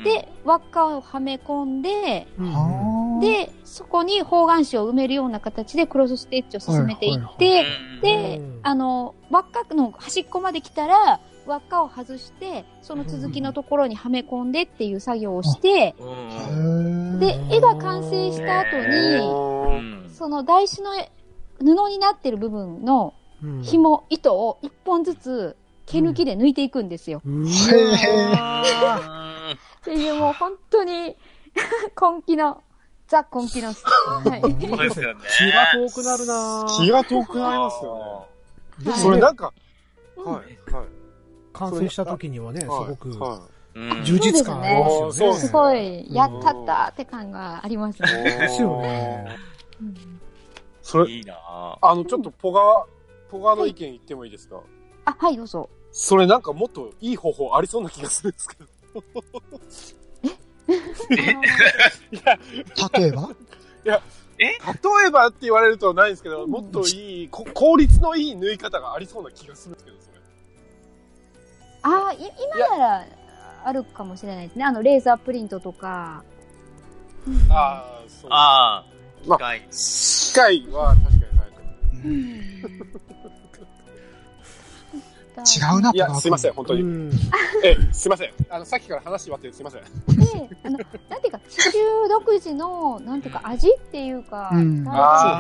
ん
で、輪っかをはめ込んで、
うん
はー、
で、そこに方眼紙を埋めるような形でクロスステッチを進めていって、
うん
で
うん、
あの、輪っかの端っこまで来たら、輪っかを外して、その続きのところにはめ込んでっていう作業をして、
うん
へー
で、絵が完成した後
う
うん
ん
に、その台紙の絵布になってる部分の
うん
紐、糸を一本ずつ毛抜きで抜いていくんですよ。
うわー
うん
っていうもう本当に、 (laughs) 根気の、ザ根気の、はい。
そうですよね。
気が遠くなるな
気
ー
が遠くなりますよね。
はい
それなんか、はい、はい。
完成した時にはね、す
はい
ごく
は
うん
充実感ありますよね。
そう
すごい、やったったって感がありますね。
い
ですよね。
うん
それ、
いいなぁ
あの、ちょっとポガ、ポガの意見言ってもいいですか
あ、はい、どうぞ。
それなんかもっといい方法ありそうな気がするんですけど。
例
(laughs)
えば
例えばって言われるとないんですけど、もっといい、こ効率のいい縫い方がありそうな気がするんですけど、それ。
あー、い今ならあるかもしれないですね。あの、レーザープリントとか。
ああ、そう。
ああ、機
まあ
械。
機械は確かにないと思う。
た。
違うな、
いや、すいません、本当に。
ん。
え、すいません。あの、さっきから話終わっててすいません。
で、あの、なんていうか、地球独自の、なんていうか、味っていうか、
うん
なんて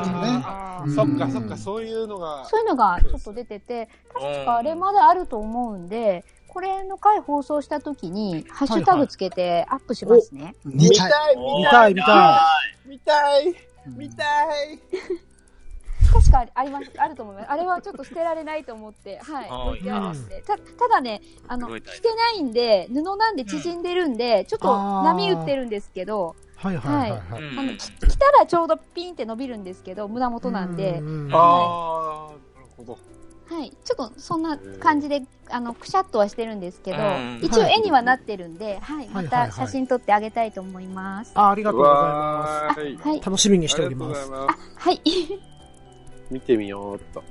い
あー
う
そうですね
う
か
そっ
ん
か、そっか、そういうのが。
そういうのがちょっと出てて、確かあれまだあると思うんで、これの回放送した時に、ハッシュタグつけてアップしますね。
似たい。
い
見
見たい見た
見たい
うん
たい
確かあります、あると思います。あれはちょっと捨てられないと思って、はい。
は
置
い
いてありますねたただね、あの、
すごい大
着
事
てないんで、布なんで縮んでるんで、ちょっと波打ってるんですけど、
はいはいはいは
う
い。
ん
あの、き着たらちょうどピンって伸びるんですけど、胸元なんで、
うん
ああ、なるほど。
はい、ちょっとそんな感じで、あの、くしゃっとはしてるんですけど
うん、
一応
はい
絵にはなってるんで、はい、
は
ま
いはい
た写真撮ってあげたいと思います。
あありがとうございま
ーい。
は
す。
い、
楽しみにし
あ
て
り
お
が
り
とうご
ます。
ざいます
あ。、はい、 (laughs)
見てみようっと。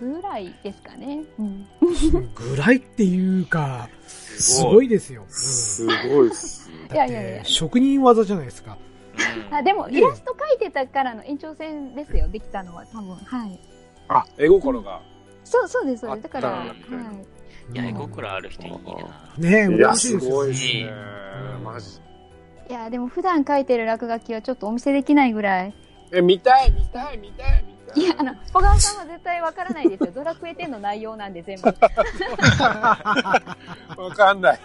ぐらいですかね。うん
ぐらいっていうか、す
す
ご
ごい。
いですよ。うん
すごいっすね。
いやいやいや
職人技じゃないですか。
うん
あでも、イラスト描いてたからの延長線ですよ、できたのは、多分。はい。
あ、絵心が。
そう、そうです、そうです。だか
あっ
ら、
た
は。
んだみたいない
いや、絵心ある人いいな。
ねえ、
いや、
嬉しい
す
です
ご
よ
いっ
ね。
すね
うん。
マジ。
いや、でも普段描いてる落書きはちょっとお見せできないぐらい。
え、見たい、見たい、見たい、見たい。
いや、あの、小川さんは絶対わからない
(laughs)
ですよ。ドラクエ10の内容なんで全部。
わかんない。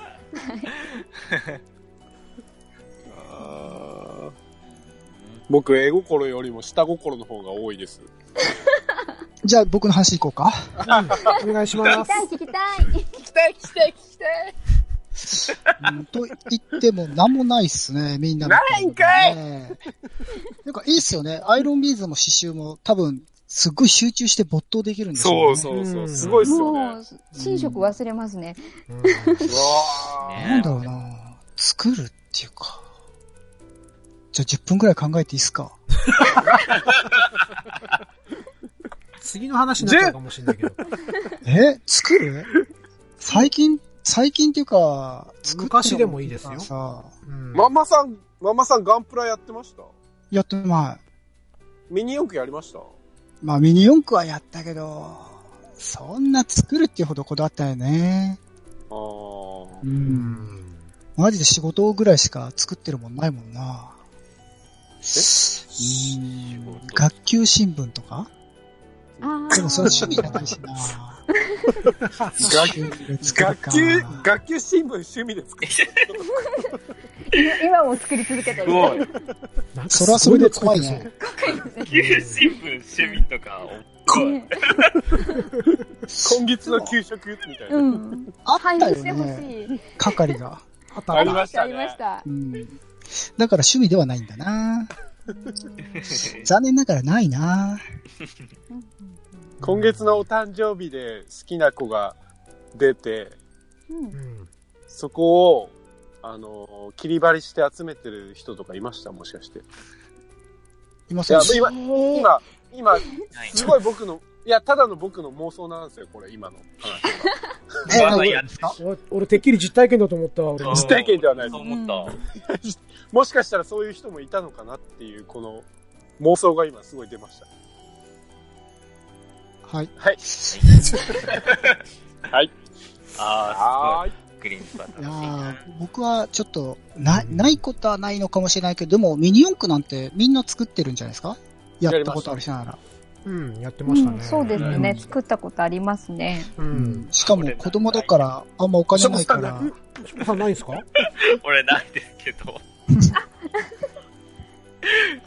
あー僕、絵心よりも下心の方が多いです。
じゃあ僕の話行こうか。
お願いします。
聞きたい、聞きたい。
聞きたい、聞きたい、聞きたい。
うんと言っても何もないっすね、みんなの、
ないんかい
ねなんかいいっすよね。アイロンビーズも刺繍も多分、すっごい集中して没頭できるんですよね。
そうそうそうう。
ん
すごいっすよね。
もう、寝食忘れますね。
(laughs)
うん
うわー
なんだろうな作るっていうか。じゃあ10分くらい考えていいっすか。
次の話になっちゃうかもしれないけど。
え作る最近、最近っていうか、作ってる
昔でもいいですよ
さ
うん
ママさん、ママさんガンプラやってました
やってま
ミニ四駆やりました
い。まあミニ四駆はやったけど、そんな作るっていうほどこだわったよね。
あー
う
うんん
マジで仕事ぐらいしか作ってるもんないもんな。
仕
うん学級新聞とか
あ
でもそれ趣味じゃ
あ
ないしな。
学級、学級新聞趣味ですか
今も作り続けて
す
る。
ごい。
なんか
それはそれで怖いね。
旧新聞趣味とか、すごい。
ね
今月の給食みたいな。
(laughs) うん。
あっ
配
た
布
よ
してほし
ね。
い。
係が。
あった
あ
あ
り
っ
ました
あ
ね。
りました
う。ん。だから趣味ではないんだな。残念ながらないな。
今月のお誕生日で好きな子が出て、
うん
た。うん
そこを、あの、切り張りして集めてる人とかいましたもしかして。い
今そ
や
う、
今、
へえ。
今、今、
ない
すごい僕の、いや、ただの僕の妄想なんですよ、これ、今の話は。
え
まだやっ
お俺、てっきり実体験だと思ったわ、俺。
実体験ではない
そう思った。
もしかしたらそういう人もいたのかなっていう、この妄想が今すごい出ました。
はい。
はい。はい。
ああ、
はーい。
すごい。グリーンスパ楽し
い
い
や
な。
ー僕はちょっと、な、ないことはないのかもしれないけど、でもミニ四駆なんてみんな作ってるんじゃないですかやったことある人なら。
うん、やってまし
う
たね。
ん、そうです
ね
ね。作ったことありますね。
う。
うんしかも子供だからあんまお金ないから、
しこさんないんですか
俺ないですけど。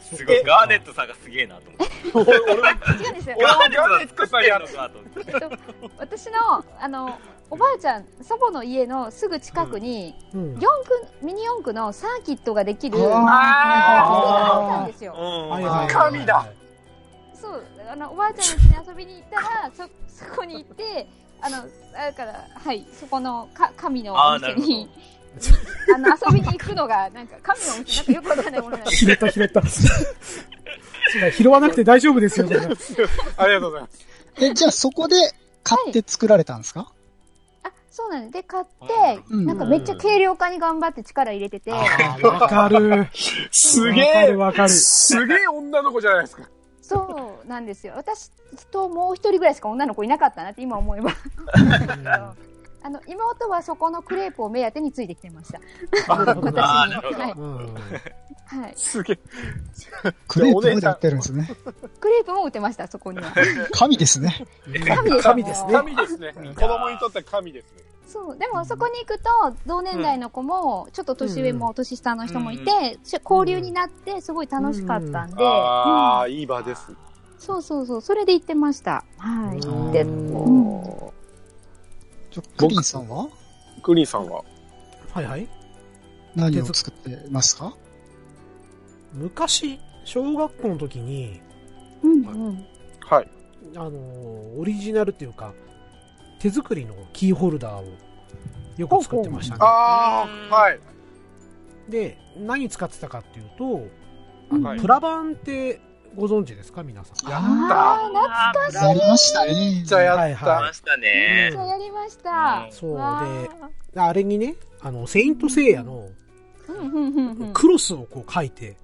すごい。ガーネットさんがすげえなと思って。
違うんですよ。
ガーネットさんやるのかと思って。
えっと私の、あの、おばあちゃん、祖母の家のすぐ近くに、
うん
四駆、ミニ四駆のサーキットができる、
あ
サーキット
ー
があったんですよ。
はい
うん。
はい
神だ
そう、あの、おばあちゃんの家に遊びに行ったら、そ、そ (laughs) こに行って、あの、だから、はい、そこの、か、神のお
あー
店に、 (laughs) あの、遊びに行くのが、なんか、神のお店、なんかよくわか
(laughs)
んないものなんです。
拾った、拾った。そう (laughs) だ拾わなくて大丈夫ですよ、これ
ありがとうございます。
え、じゃあそこで買って作られたんですか、
あ、そうなんです。で、買って、
うん
なんかめっちゃ軽量化に頑張って力入れてて、
あーわかる。
す
わ
げ
か
え
る、わかる。
すげえ女の子じゃないですか。
そうなんですよ。私ともう一人ぐらいしか女の子いなかったなって今思えば。あの、妹はそこのクレープを目当てについてきてました。
あー
私
な
に。
るほど
はい。
うん。
はい。
すげえ。
クレープまでやってるんですね。
クレープも売ってました、そこには。
神ですね。
神ですね。
神ですね。子供にとっては神ですね。
そう。でも、そこに行くと、同年代の子も、ちょっと年上
う
も年下の人もいて、し交流になって、すごい楽しかったんで、
ああ、いい場です。
そうそうそう、それで行ってました。はい。行って、
うん
ちょクリンさんは
クリーンさんは。
はいはい。
何を作ってますか
昔、小学校の時に、
うんうん。
はい。
あのーオリジナルっていうか、手作りのキーホルダーをよく作ってましたね。
ああ、はい。
で、何使ってたかっていうと、あ
はい
のプラバンってご存知ですか皆さん。
や
あ
っ
あー、
やりましたね
た。。じゃあや
はい
っ
やり
は
た。
ましたね
ー、。そうやりました。
そう
わ
で、あれにね、あの、セイントセイヤの
ーうんうんうんうん。
クロスをこう書いて、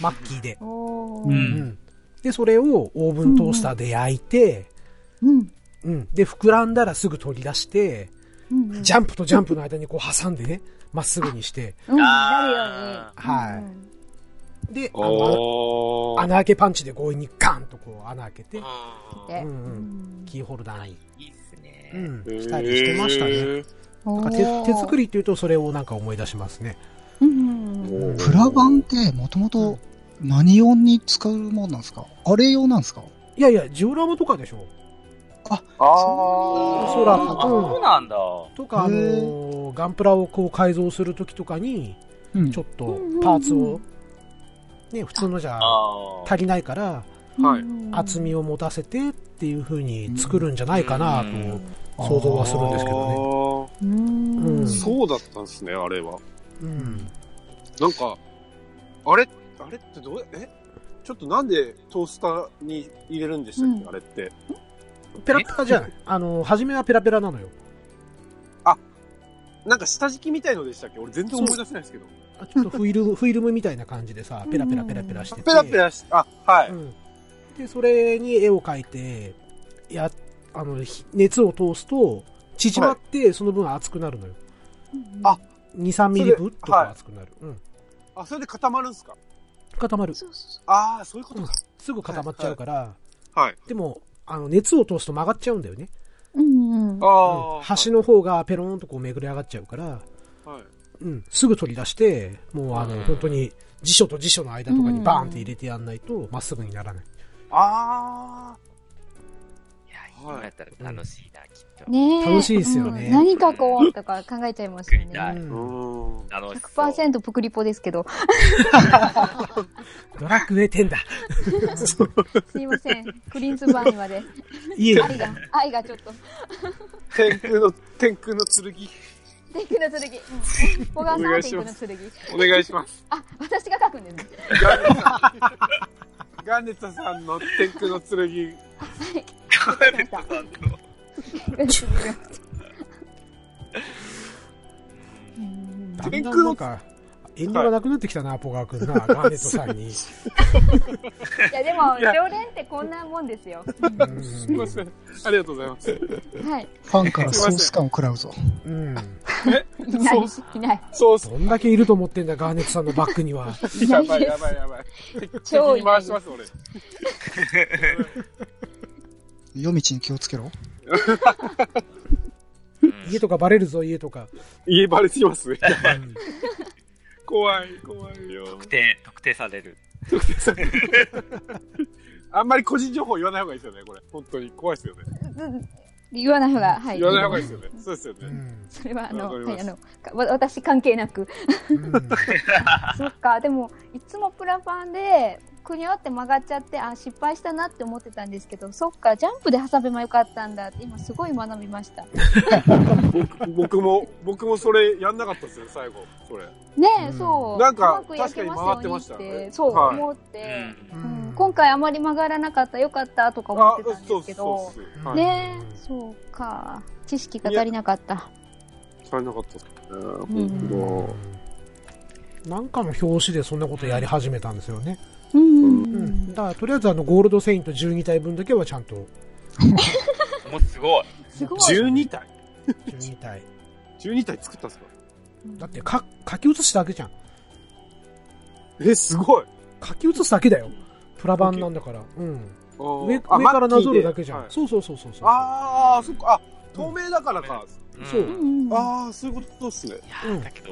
マッキーで。
お
う
ー。
ん
うんで、それをオーブントースターで焼いて、
うん。
うん。で、膨らんだらすぐ取り出して、
うんうん
ジャンプとジャンプの間にこう挟んでね、まっすぐにして、
うん、な
あ
るように。
はい
うん
で、あの、
おー。
穴開けパンチで強引にガンとこう穴開けて、
あ
で
うん
う
うん、
ん。
キーホルダーに、
ーいいっすね。
うん、
へー
したりしてましたね。。なんか手手作りっていうとそれをなんか思い出しますね。
り。うんうん。
おー
プラバンってもともと何用に使うもんなんですかあれ用なんですか
いやいや、ジオラマとかでしょ
ああ。
お
お
そらく
あ、そうなんだ。
とか、あ
へ
のーガンプラをこう改造するときとかに、
うん
ちょっと
うんうんうん
パーツを、ね、普通のじゃ
あー
足りないから、
はい
厚みを持たせてっていう風に作るんじゃないかな
うん
と想像はするんですけどね。
どね。
うん
うん
そうだったんですね、あれは。
うん。
なんか、あれ、あれってどうや、えちょっとなんでトースターに入れるんでしたっけ、
うん
あれって。
ペラペラじゃない。あのー、初めはペラペラなのよ。
なんか下敷きみたいのでしたっけ俺全然思い出せないですけど。
あちょっとフィルム、フィルムみたいな感じでさ、ペラペラペラペラしてて。
ペラペラし、あ、はい。
うん。で、それに絵を描いて、や、あの、ひ熱を通すと、縮まって、その分熱くなるのよ。
あ
2、3ミリ分と
はい
か熱くなる。うん。
あ、それで固まるんすか
固まる。
そうそうそ
ああ、そういうことか。
すぐ固まっちゃうから、
はい。
でも、あの、熱を通すと曲がっちゃうんだよね。
う。うんうん。
あ
うん
あ、
端の方がペローンとこうめぐれ上がっちゃうから、
はい。
うん、すぐ取り出して、もうあの、本当に辞書と辞書の間とかにバーンって入れてやんないと、まっすぐにならない。
あ
いや、今やったら楽しいな、きっと。
ねえ
楽しいですよね
うん何書こうとか考えちゃいますよ
作りたい
ね。
う。
あ、うんーん。
楽しそう。
100%プクリポですけど。
ドラクエ10だ。
(laughs)
すいません。プリンスバーンまで。
いえいえ
愛が、愛がちょっと。
天空の、天空の剣。
天空の剣。うん小川さん
お願
はい
し
天
ま
空の剣。
お願いします。
あ、私が書くんですね。
ガンネタさん。ガンネタさんの天空の剣。
だんだ
天
ん
空の
なんか、遠慮がなくなってきたな、ポガー君
(laughs)
な、ガーネットさんに。
いや、でも、
いや
常連ってこんなもんです
(laughs)
よ。
すいません。ありがとうございます。
はい。
ファンからソース感を食らうぞ。
うん。
いない
そう、
いない。
そうっす。
どんだけいると思ってんだ、ガーネットさんのバッグには。
やばいやばいやば
(laughs)
い。敵
超い
に
な
回
いで
し
す。
ます、俺。
夜道に気をつけろ。
家とかバレるぞ、家とか。
家バレてきますね。怖い、怖いよ。
(laughs)
特定、特定される。
あんまり個人情報言わない方がいいですよね、これ。本当に。怖いですよね。
うん言わない方が、はい。
言わない方がいいですよね。そうですよ
う
ね。
ん。
それは、あの、
わかり
は
ま
い、
す
あの、かわ私関係なく。
うん
そっか、でも、いつもプラパンで、くにゃって曲がっちゃって、あ、失敗したなって思ってたんですけど、そっか、ジャンプで挟めばよかったんだって、今すごい学びました。
僕僕も、僕もそれやんなかったですよ、最後。それ。
ねえ、
うん
そう。
なんか
うまく焼けますよ
確か
うに
に回ってました
っ
ね
て、そう、
はい
思っ
う
て、
ん。
うん今回あまり曲がらなかった、よかった、とか思ってた
そ
んで
う
すけ
そ
ど
う。です。
う
はい。
ねえ、そうか。知識が足りなかった。
されなかったですね。
ん
本
なんかの表紙でそんなことやり始めたんですよね。
うんうん
うん、だからとりあえずあのゴールドセイント12体分だけはちゃんと
もうすごい。
すごい。
12体
12体
?12 体作ったんですか
だってか書き写すだけじゃん
え、すごい
書き写すだけだよプラ版なんだから、うん、上上
あ
からなぞるだけじゃん、
マッキーで
そうそうそうそうそう
はいあー、そっか、あ、透明だからか。
ん
そう
うんうんうん
ああ、そういうことっすね。
うん
だけど、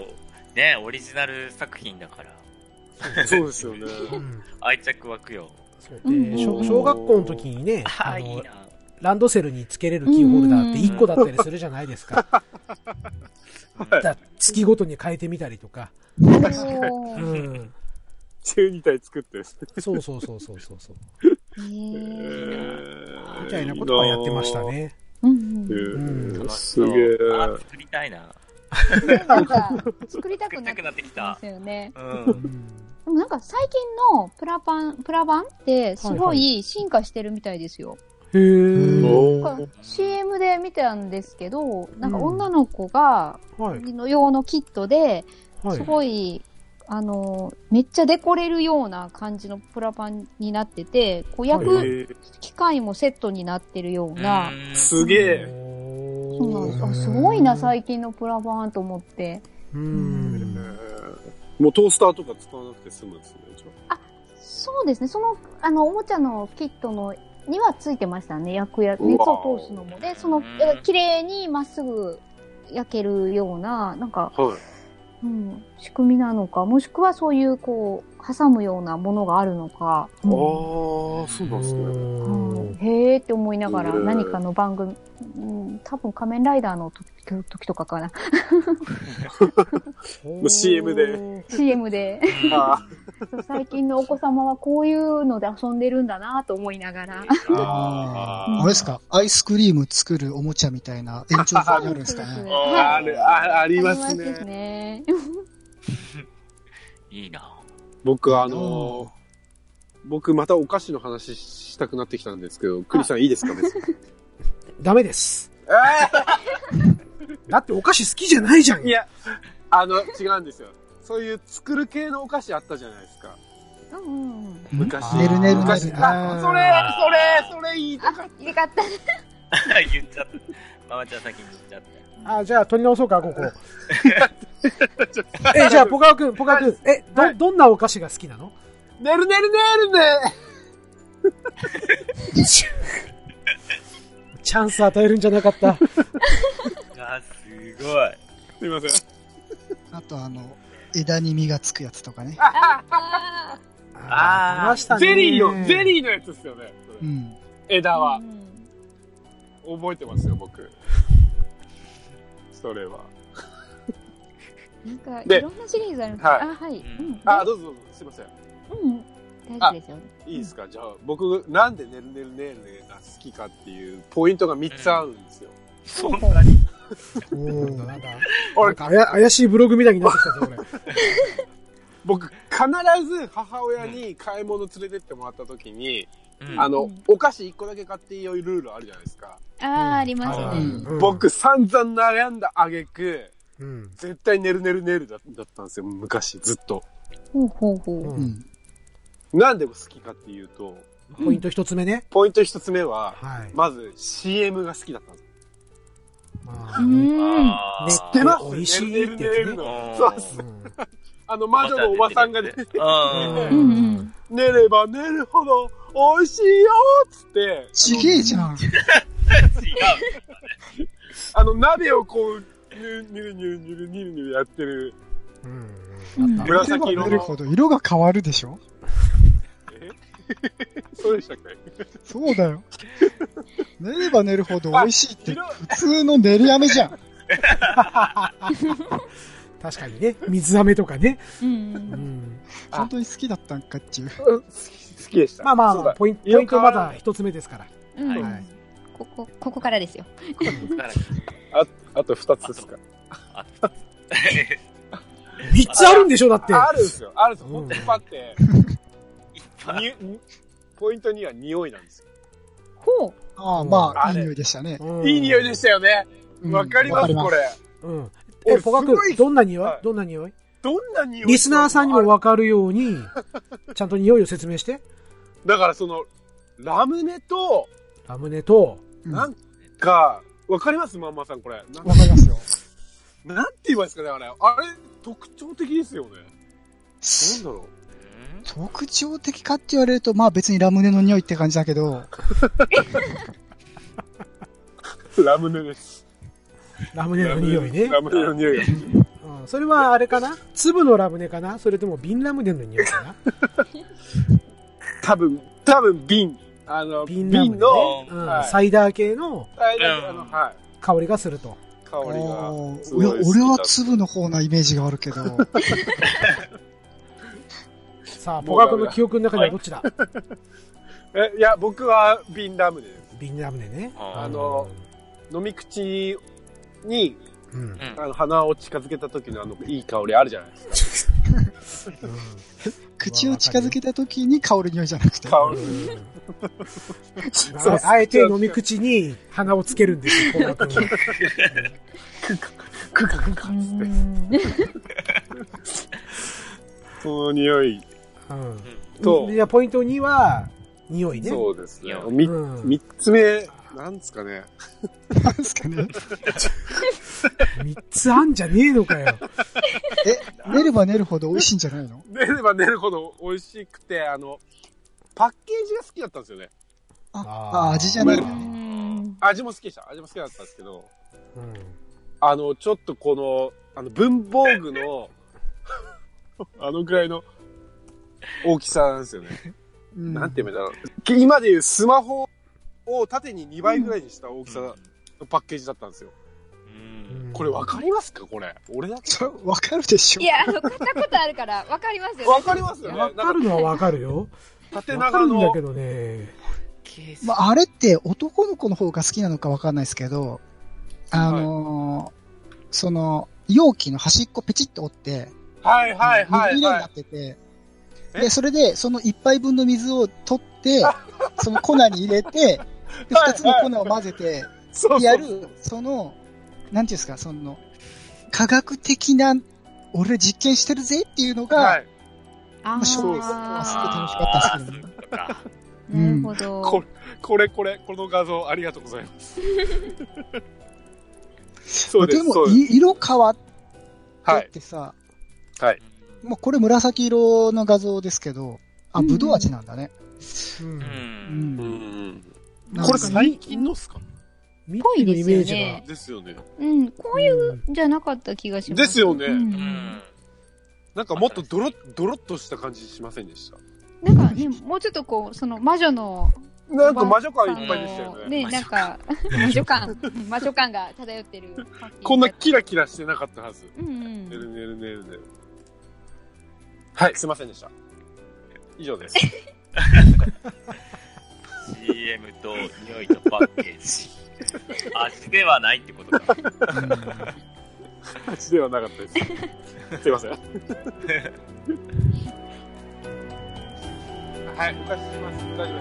ね、オリジナル作品だから、
そうです (laughs) よね。
うん
愛着湧くよ。
そう
うん
で小小学校の時に
(laughs)
ね
あ
あ
あ、いい
の
な。
ランドセルにつけれるキーホルダーって1個だったりするじゃないですかだから月ごとに変えてみたりとか、
お
う
ー
ん、
12体作ってる。
そうそうそうそうそう
(laughs)
そう
へー
みたいなことはやってました。ね
うん
え
うん
う
ー、
楽し
す
そう
げえ。
あー作りたいな。
ねなんか、作りたく
作り
な
た
っ
く
て
なって
き
き
ま
た
す。よね。
うん。
でもなんか最近のプラパン、プラ版ってすご
はい
進化してるみたいですよ。
へえ
お
なん
ー
か CM で見たんですけど、なんか女の子が、
はい
の用のキットで、
は
す
い
ごい、あの、めっちゃデコれるような感じのプラパンになってて、こう焼
は
く機械もセットになってるような、
うん
すげえ。
そうなん
お
で
ー
すあすごいな、最近のプラバーンと思って。
うん
もうトースターとか使わなくて済むんですね、じゃ
そうですね、その、あの、おもちゃのキットの、にはついてましたね、焼くや、熱
うわ
を通すのも。で、その、え綺麗にまっすぐ焼けるような、なんか、
あはい。
うん、仕組みなのか、もしくはそういう、こう、挟むようなものがあるのか、
ああ、そうなんですね。
うんへーって思いながら、
うん
何かの番組、うん、多分仮面ライダーの時時とかかな、
う CM で
CM で。
あ
そう最近のお子様はこういうので遊んでるんだなと思いながら。
あ
あれですかアイスクリーム作るおもちゃみたいな延長線にあるんですか
(laughs)
ね。
ー、
は
ある、ああ
い
りま
あ
す
りま
ね。
ね。
いいな。
僕、あ
おー
のー、僕、またお菓子の話したくなってきたんですけど、栗さんいいですか別に。
ダメです
え
(laughs) だってお菓子好きじゃないじゃん
ーいや、あの、違うんですよ。そういう作る系のお菓子あったじゃないですか。
うんうんうん。
昔。
ねるねるね
昔
る。
あ、それ、それ、それいい。
あ、よかった。
言っちゃった。ママちゃん先に言っちゃった。
あじゃあ取り直そうかここえじゃあポカワ君ポカワ君えど,、
はい
どんなお菓子が好きなの
ねるねるねるね
チャンス与えるんじゃなかった
あー、すごい。
すいません。
あとあの、枝に実がつくやつとかね。
あ
あー
出ましたね
ゼリーの、ゼリーのやつですよね。それ
うん。
枝
ー
は
う。ん
覚えてますよ、僕。それは。
なんか、
で
いろんなシリーズあります。
はい
あ、はい。うん。
あ、どうぞどうぞ、すいません。
うん。大丈夫ですよ。
いいですかじゃあ、僕、なんでねるねるねるねが好きかっていうポイントが3つあるんですよ。
そんなに。
うんなんかなん
俺、
かあや怪しいブログみたいになってきたぞ俺
僕、必ず母親に買い物連れてってもらった時に、
うん
あの、お菓子1個だけ買っていいよルールあるじゃないですか。
あー、あります
あ
ね。
ー
うん
うん
僕、散々悩んだ挙句、
うん
絶対ねるねるねるだだったんですよ、昔、ずっと。
ほうほうほ
う
う。
うんん。
なんで好きかっていうと、
ポイント一つ目ね
ポイント1つ目は、
はい
まず CM が好きだったんです。
まあ
うーん。
あー
ね
出ます
美味しいってや
ねるねるねる
つ
の
ね
そうそう
うん
あの、魔女のおばさんがね、
うん。
うんうん。
寝れば寝るほど美味しいよっつって、
ちげえじゃん。
違
あの、鍋をこう、ニュニュニュニュニュニュやってる。
うんうん
紫色の
塗るほど色が変わるでしょ
そうでしたっけ
そう
(laughs)
だよ。練れば練るほど美味しいって、普通の練り飴じゃん。
確かにね水飴とかね
うんう。
うんん
本当に好きだったんかっていう。
好き好きでした。
まあまあ
そう
まあ
だ
ポイン
色
ポイ
変
ント
わ
ま
らない
だ一つ目ですから
うん
はい
はい
ここ、ここからですよ。
う。だから
あと二つですか。
3つあるんでしょだって
ああるんですよ。あるんですよ。
うん
ほんとにパって。
い
ににポイントには匂いなんですよ。
ほ
ああ、まあ、
あ
いい
れ
匂いでしたね。
うん
いい匂いでしたよね。
うん
わかります、
わかります
これ。
うん。
俺
え、ポカ
すご
君、
い
どんな匂い
はい
どんな匂い
どんな匂い
リスナーさんにもわかるように、ちゃんと匂いを説明して。
だからその、ラムネと、
ラムネと、
うん
なんか、わかりますまんまさんこれ。な
わかりますよ。
なんて言えばいいですかねあれ。あれ、特徴的ですよね。なんだろ
ん
特徴的かって言われると、まあ別にラムネの匂いって感じだけど、
う。ラムネです。
ラムネの匂いね。
ラムネの匂いが。
うん、それはあれかな粒のラムネかなそれとも瓶ラムネの匂いかな
多分、多分瓶。あの、
瓶
瓶
ラムネね
の、
うん
はい
サイダー系の
はいあのはい
香りがすると。
香
お
りが
ー
す
いや
ごい好きだ。
俺は粒の方なイメージがあるけ
(laughs)
ど、
さあ、ポカ君の記憶の中ではどっちだ、
えいや、僕は瓶ラムネです。
瓶ラムネね。
あ
の飲み口に、
うん、うん。
あの、鼻を近づけた時のあの、いい香りあるじゃないです
口を近づけた時に香る匂いじゃなくて。
か。香
う
り。
ん
そう
ああえて飲み口に鼻をつけるんですよ、ポカ君は。
クカクカっつって。その匂いと
うん。、じゃあポイント2は、匂いね。
そうですね。
匂い
み
うん
三つ目、なんですかね。
なんですかね。
3つあんじゃねえのかよ。
(laughs) え、練れば練るほど美味しいんじゃないの
寝れば寝るほど美味しくて、あの、パッケージが好きだったんですよね。
あー
(laughs) あ、味じゃない。
味も好きでした。味も好きだったんですけど、
うん。
あの、ちょっとこの、あの、文房具の、 (laughs) あのぐらいの大きさなんですよね。
うん
なんて言うんだろう。今でいうスマホを縦に2倍ぐらいにした大きさのパッケージだったんですよ。
うん
これわかりますかこれ。俺だけ
それ、わかるでしょ
い。や、あの、買ったことあるから、わかりますよ、ね。
わかりますよね。な
わ
ん
か
か
るのはわかるよ。
縦
わかる
長
んだ
の
け。どね。
ケース
まあ、あれって男の子の方が好きなのかわかんないですけど、あのーその、容器の端っこペチッと折って、
はいはいはい
水色に
は。
ないってて、
え
で、それで、その一杯分の水を
(laughs)
取って、その粉に入れて、で、
はい
二つの粉を混ぜて、
そう
や
そう。
る、その、なんていうんですか、その、科学的な、俺実験してるぜっていうの
は
が、
い。
あ
もう正直
ー
すごい楽しかったですけどね。
あーそういうことか
なるほど。
これ、これ、これ、この画像ありがとうございます。そうで、
です
そ
も、
うです。
い色変わっ
は
てっ
い。
てさ、
う
もうこれ紫色の画像ですけど、あ、
うん
ぶどう味なんだね。
うん
ん。
うんん。
なん
こ
か
れ (laughs) 最近のっすか
ミッ
ぽ
キ
い
ーの
で
イ
す
メ
よ
ージが
ね。
ですよね。
うん、こういう
うん
じゃなかった気がします。
ですよね
うん
うん。
なんかもっとドロッ、ドロッとした感じしませんでした。
なんかね、もうちょっとこう、その魔女の、
なんか魔女感いっぱいでしたよね。
魔女
なんか、魔女感、魔女感が漂ってる。
こんな、キラキラしてなかったはず。
うんう
ね
ん。
るねるねるねる。はい、すいませんでした。以上です。
CM と匂いとパッケージ。味ではないってことか。
8ではなかったです。すいません。 (laughs) はい、お貸しします。大丈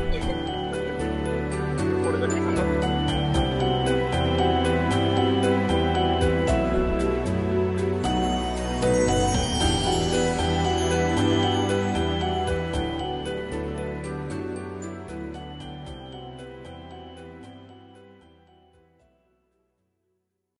夫です。これだけかかって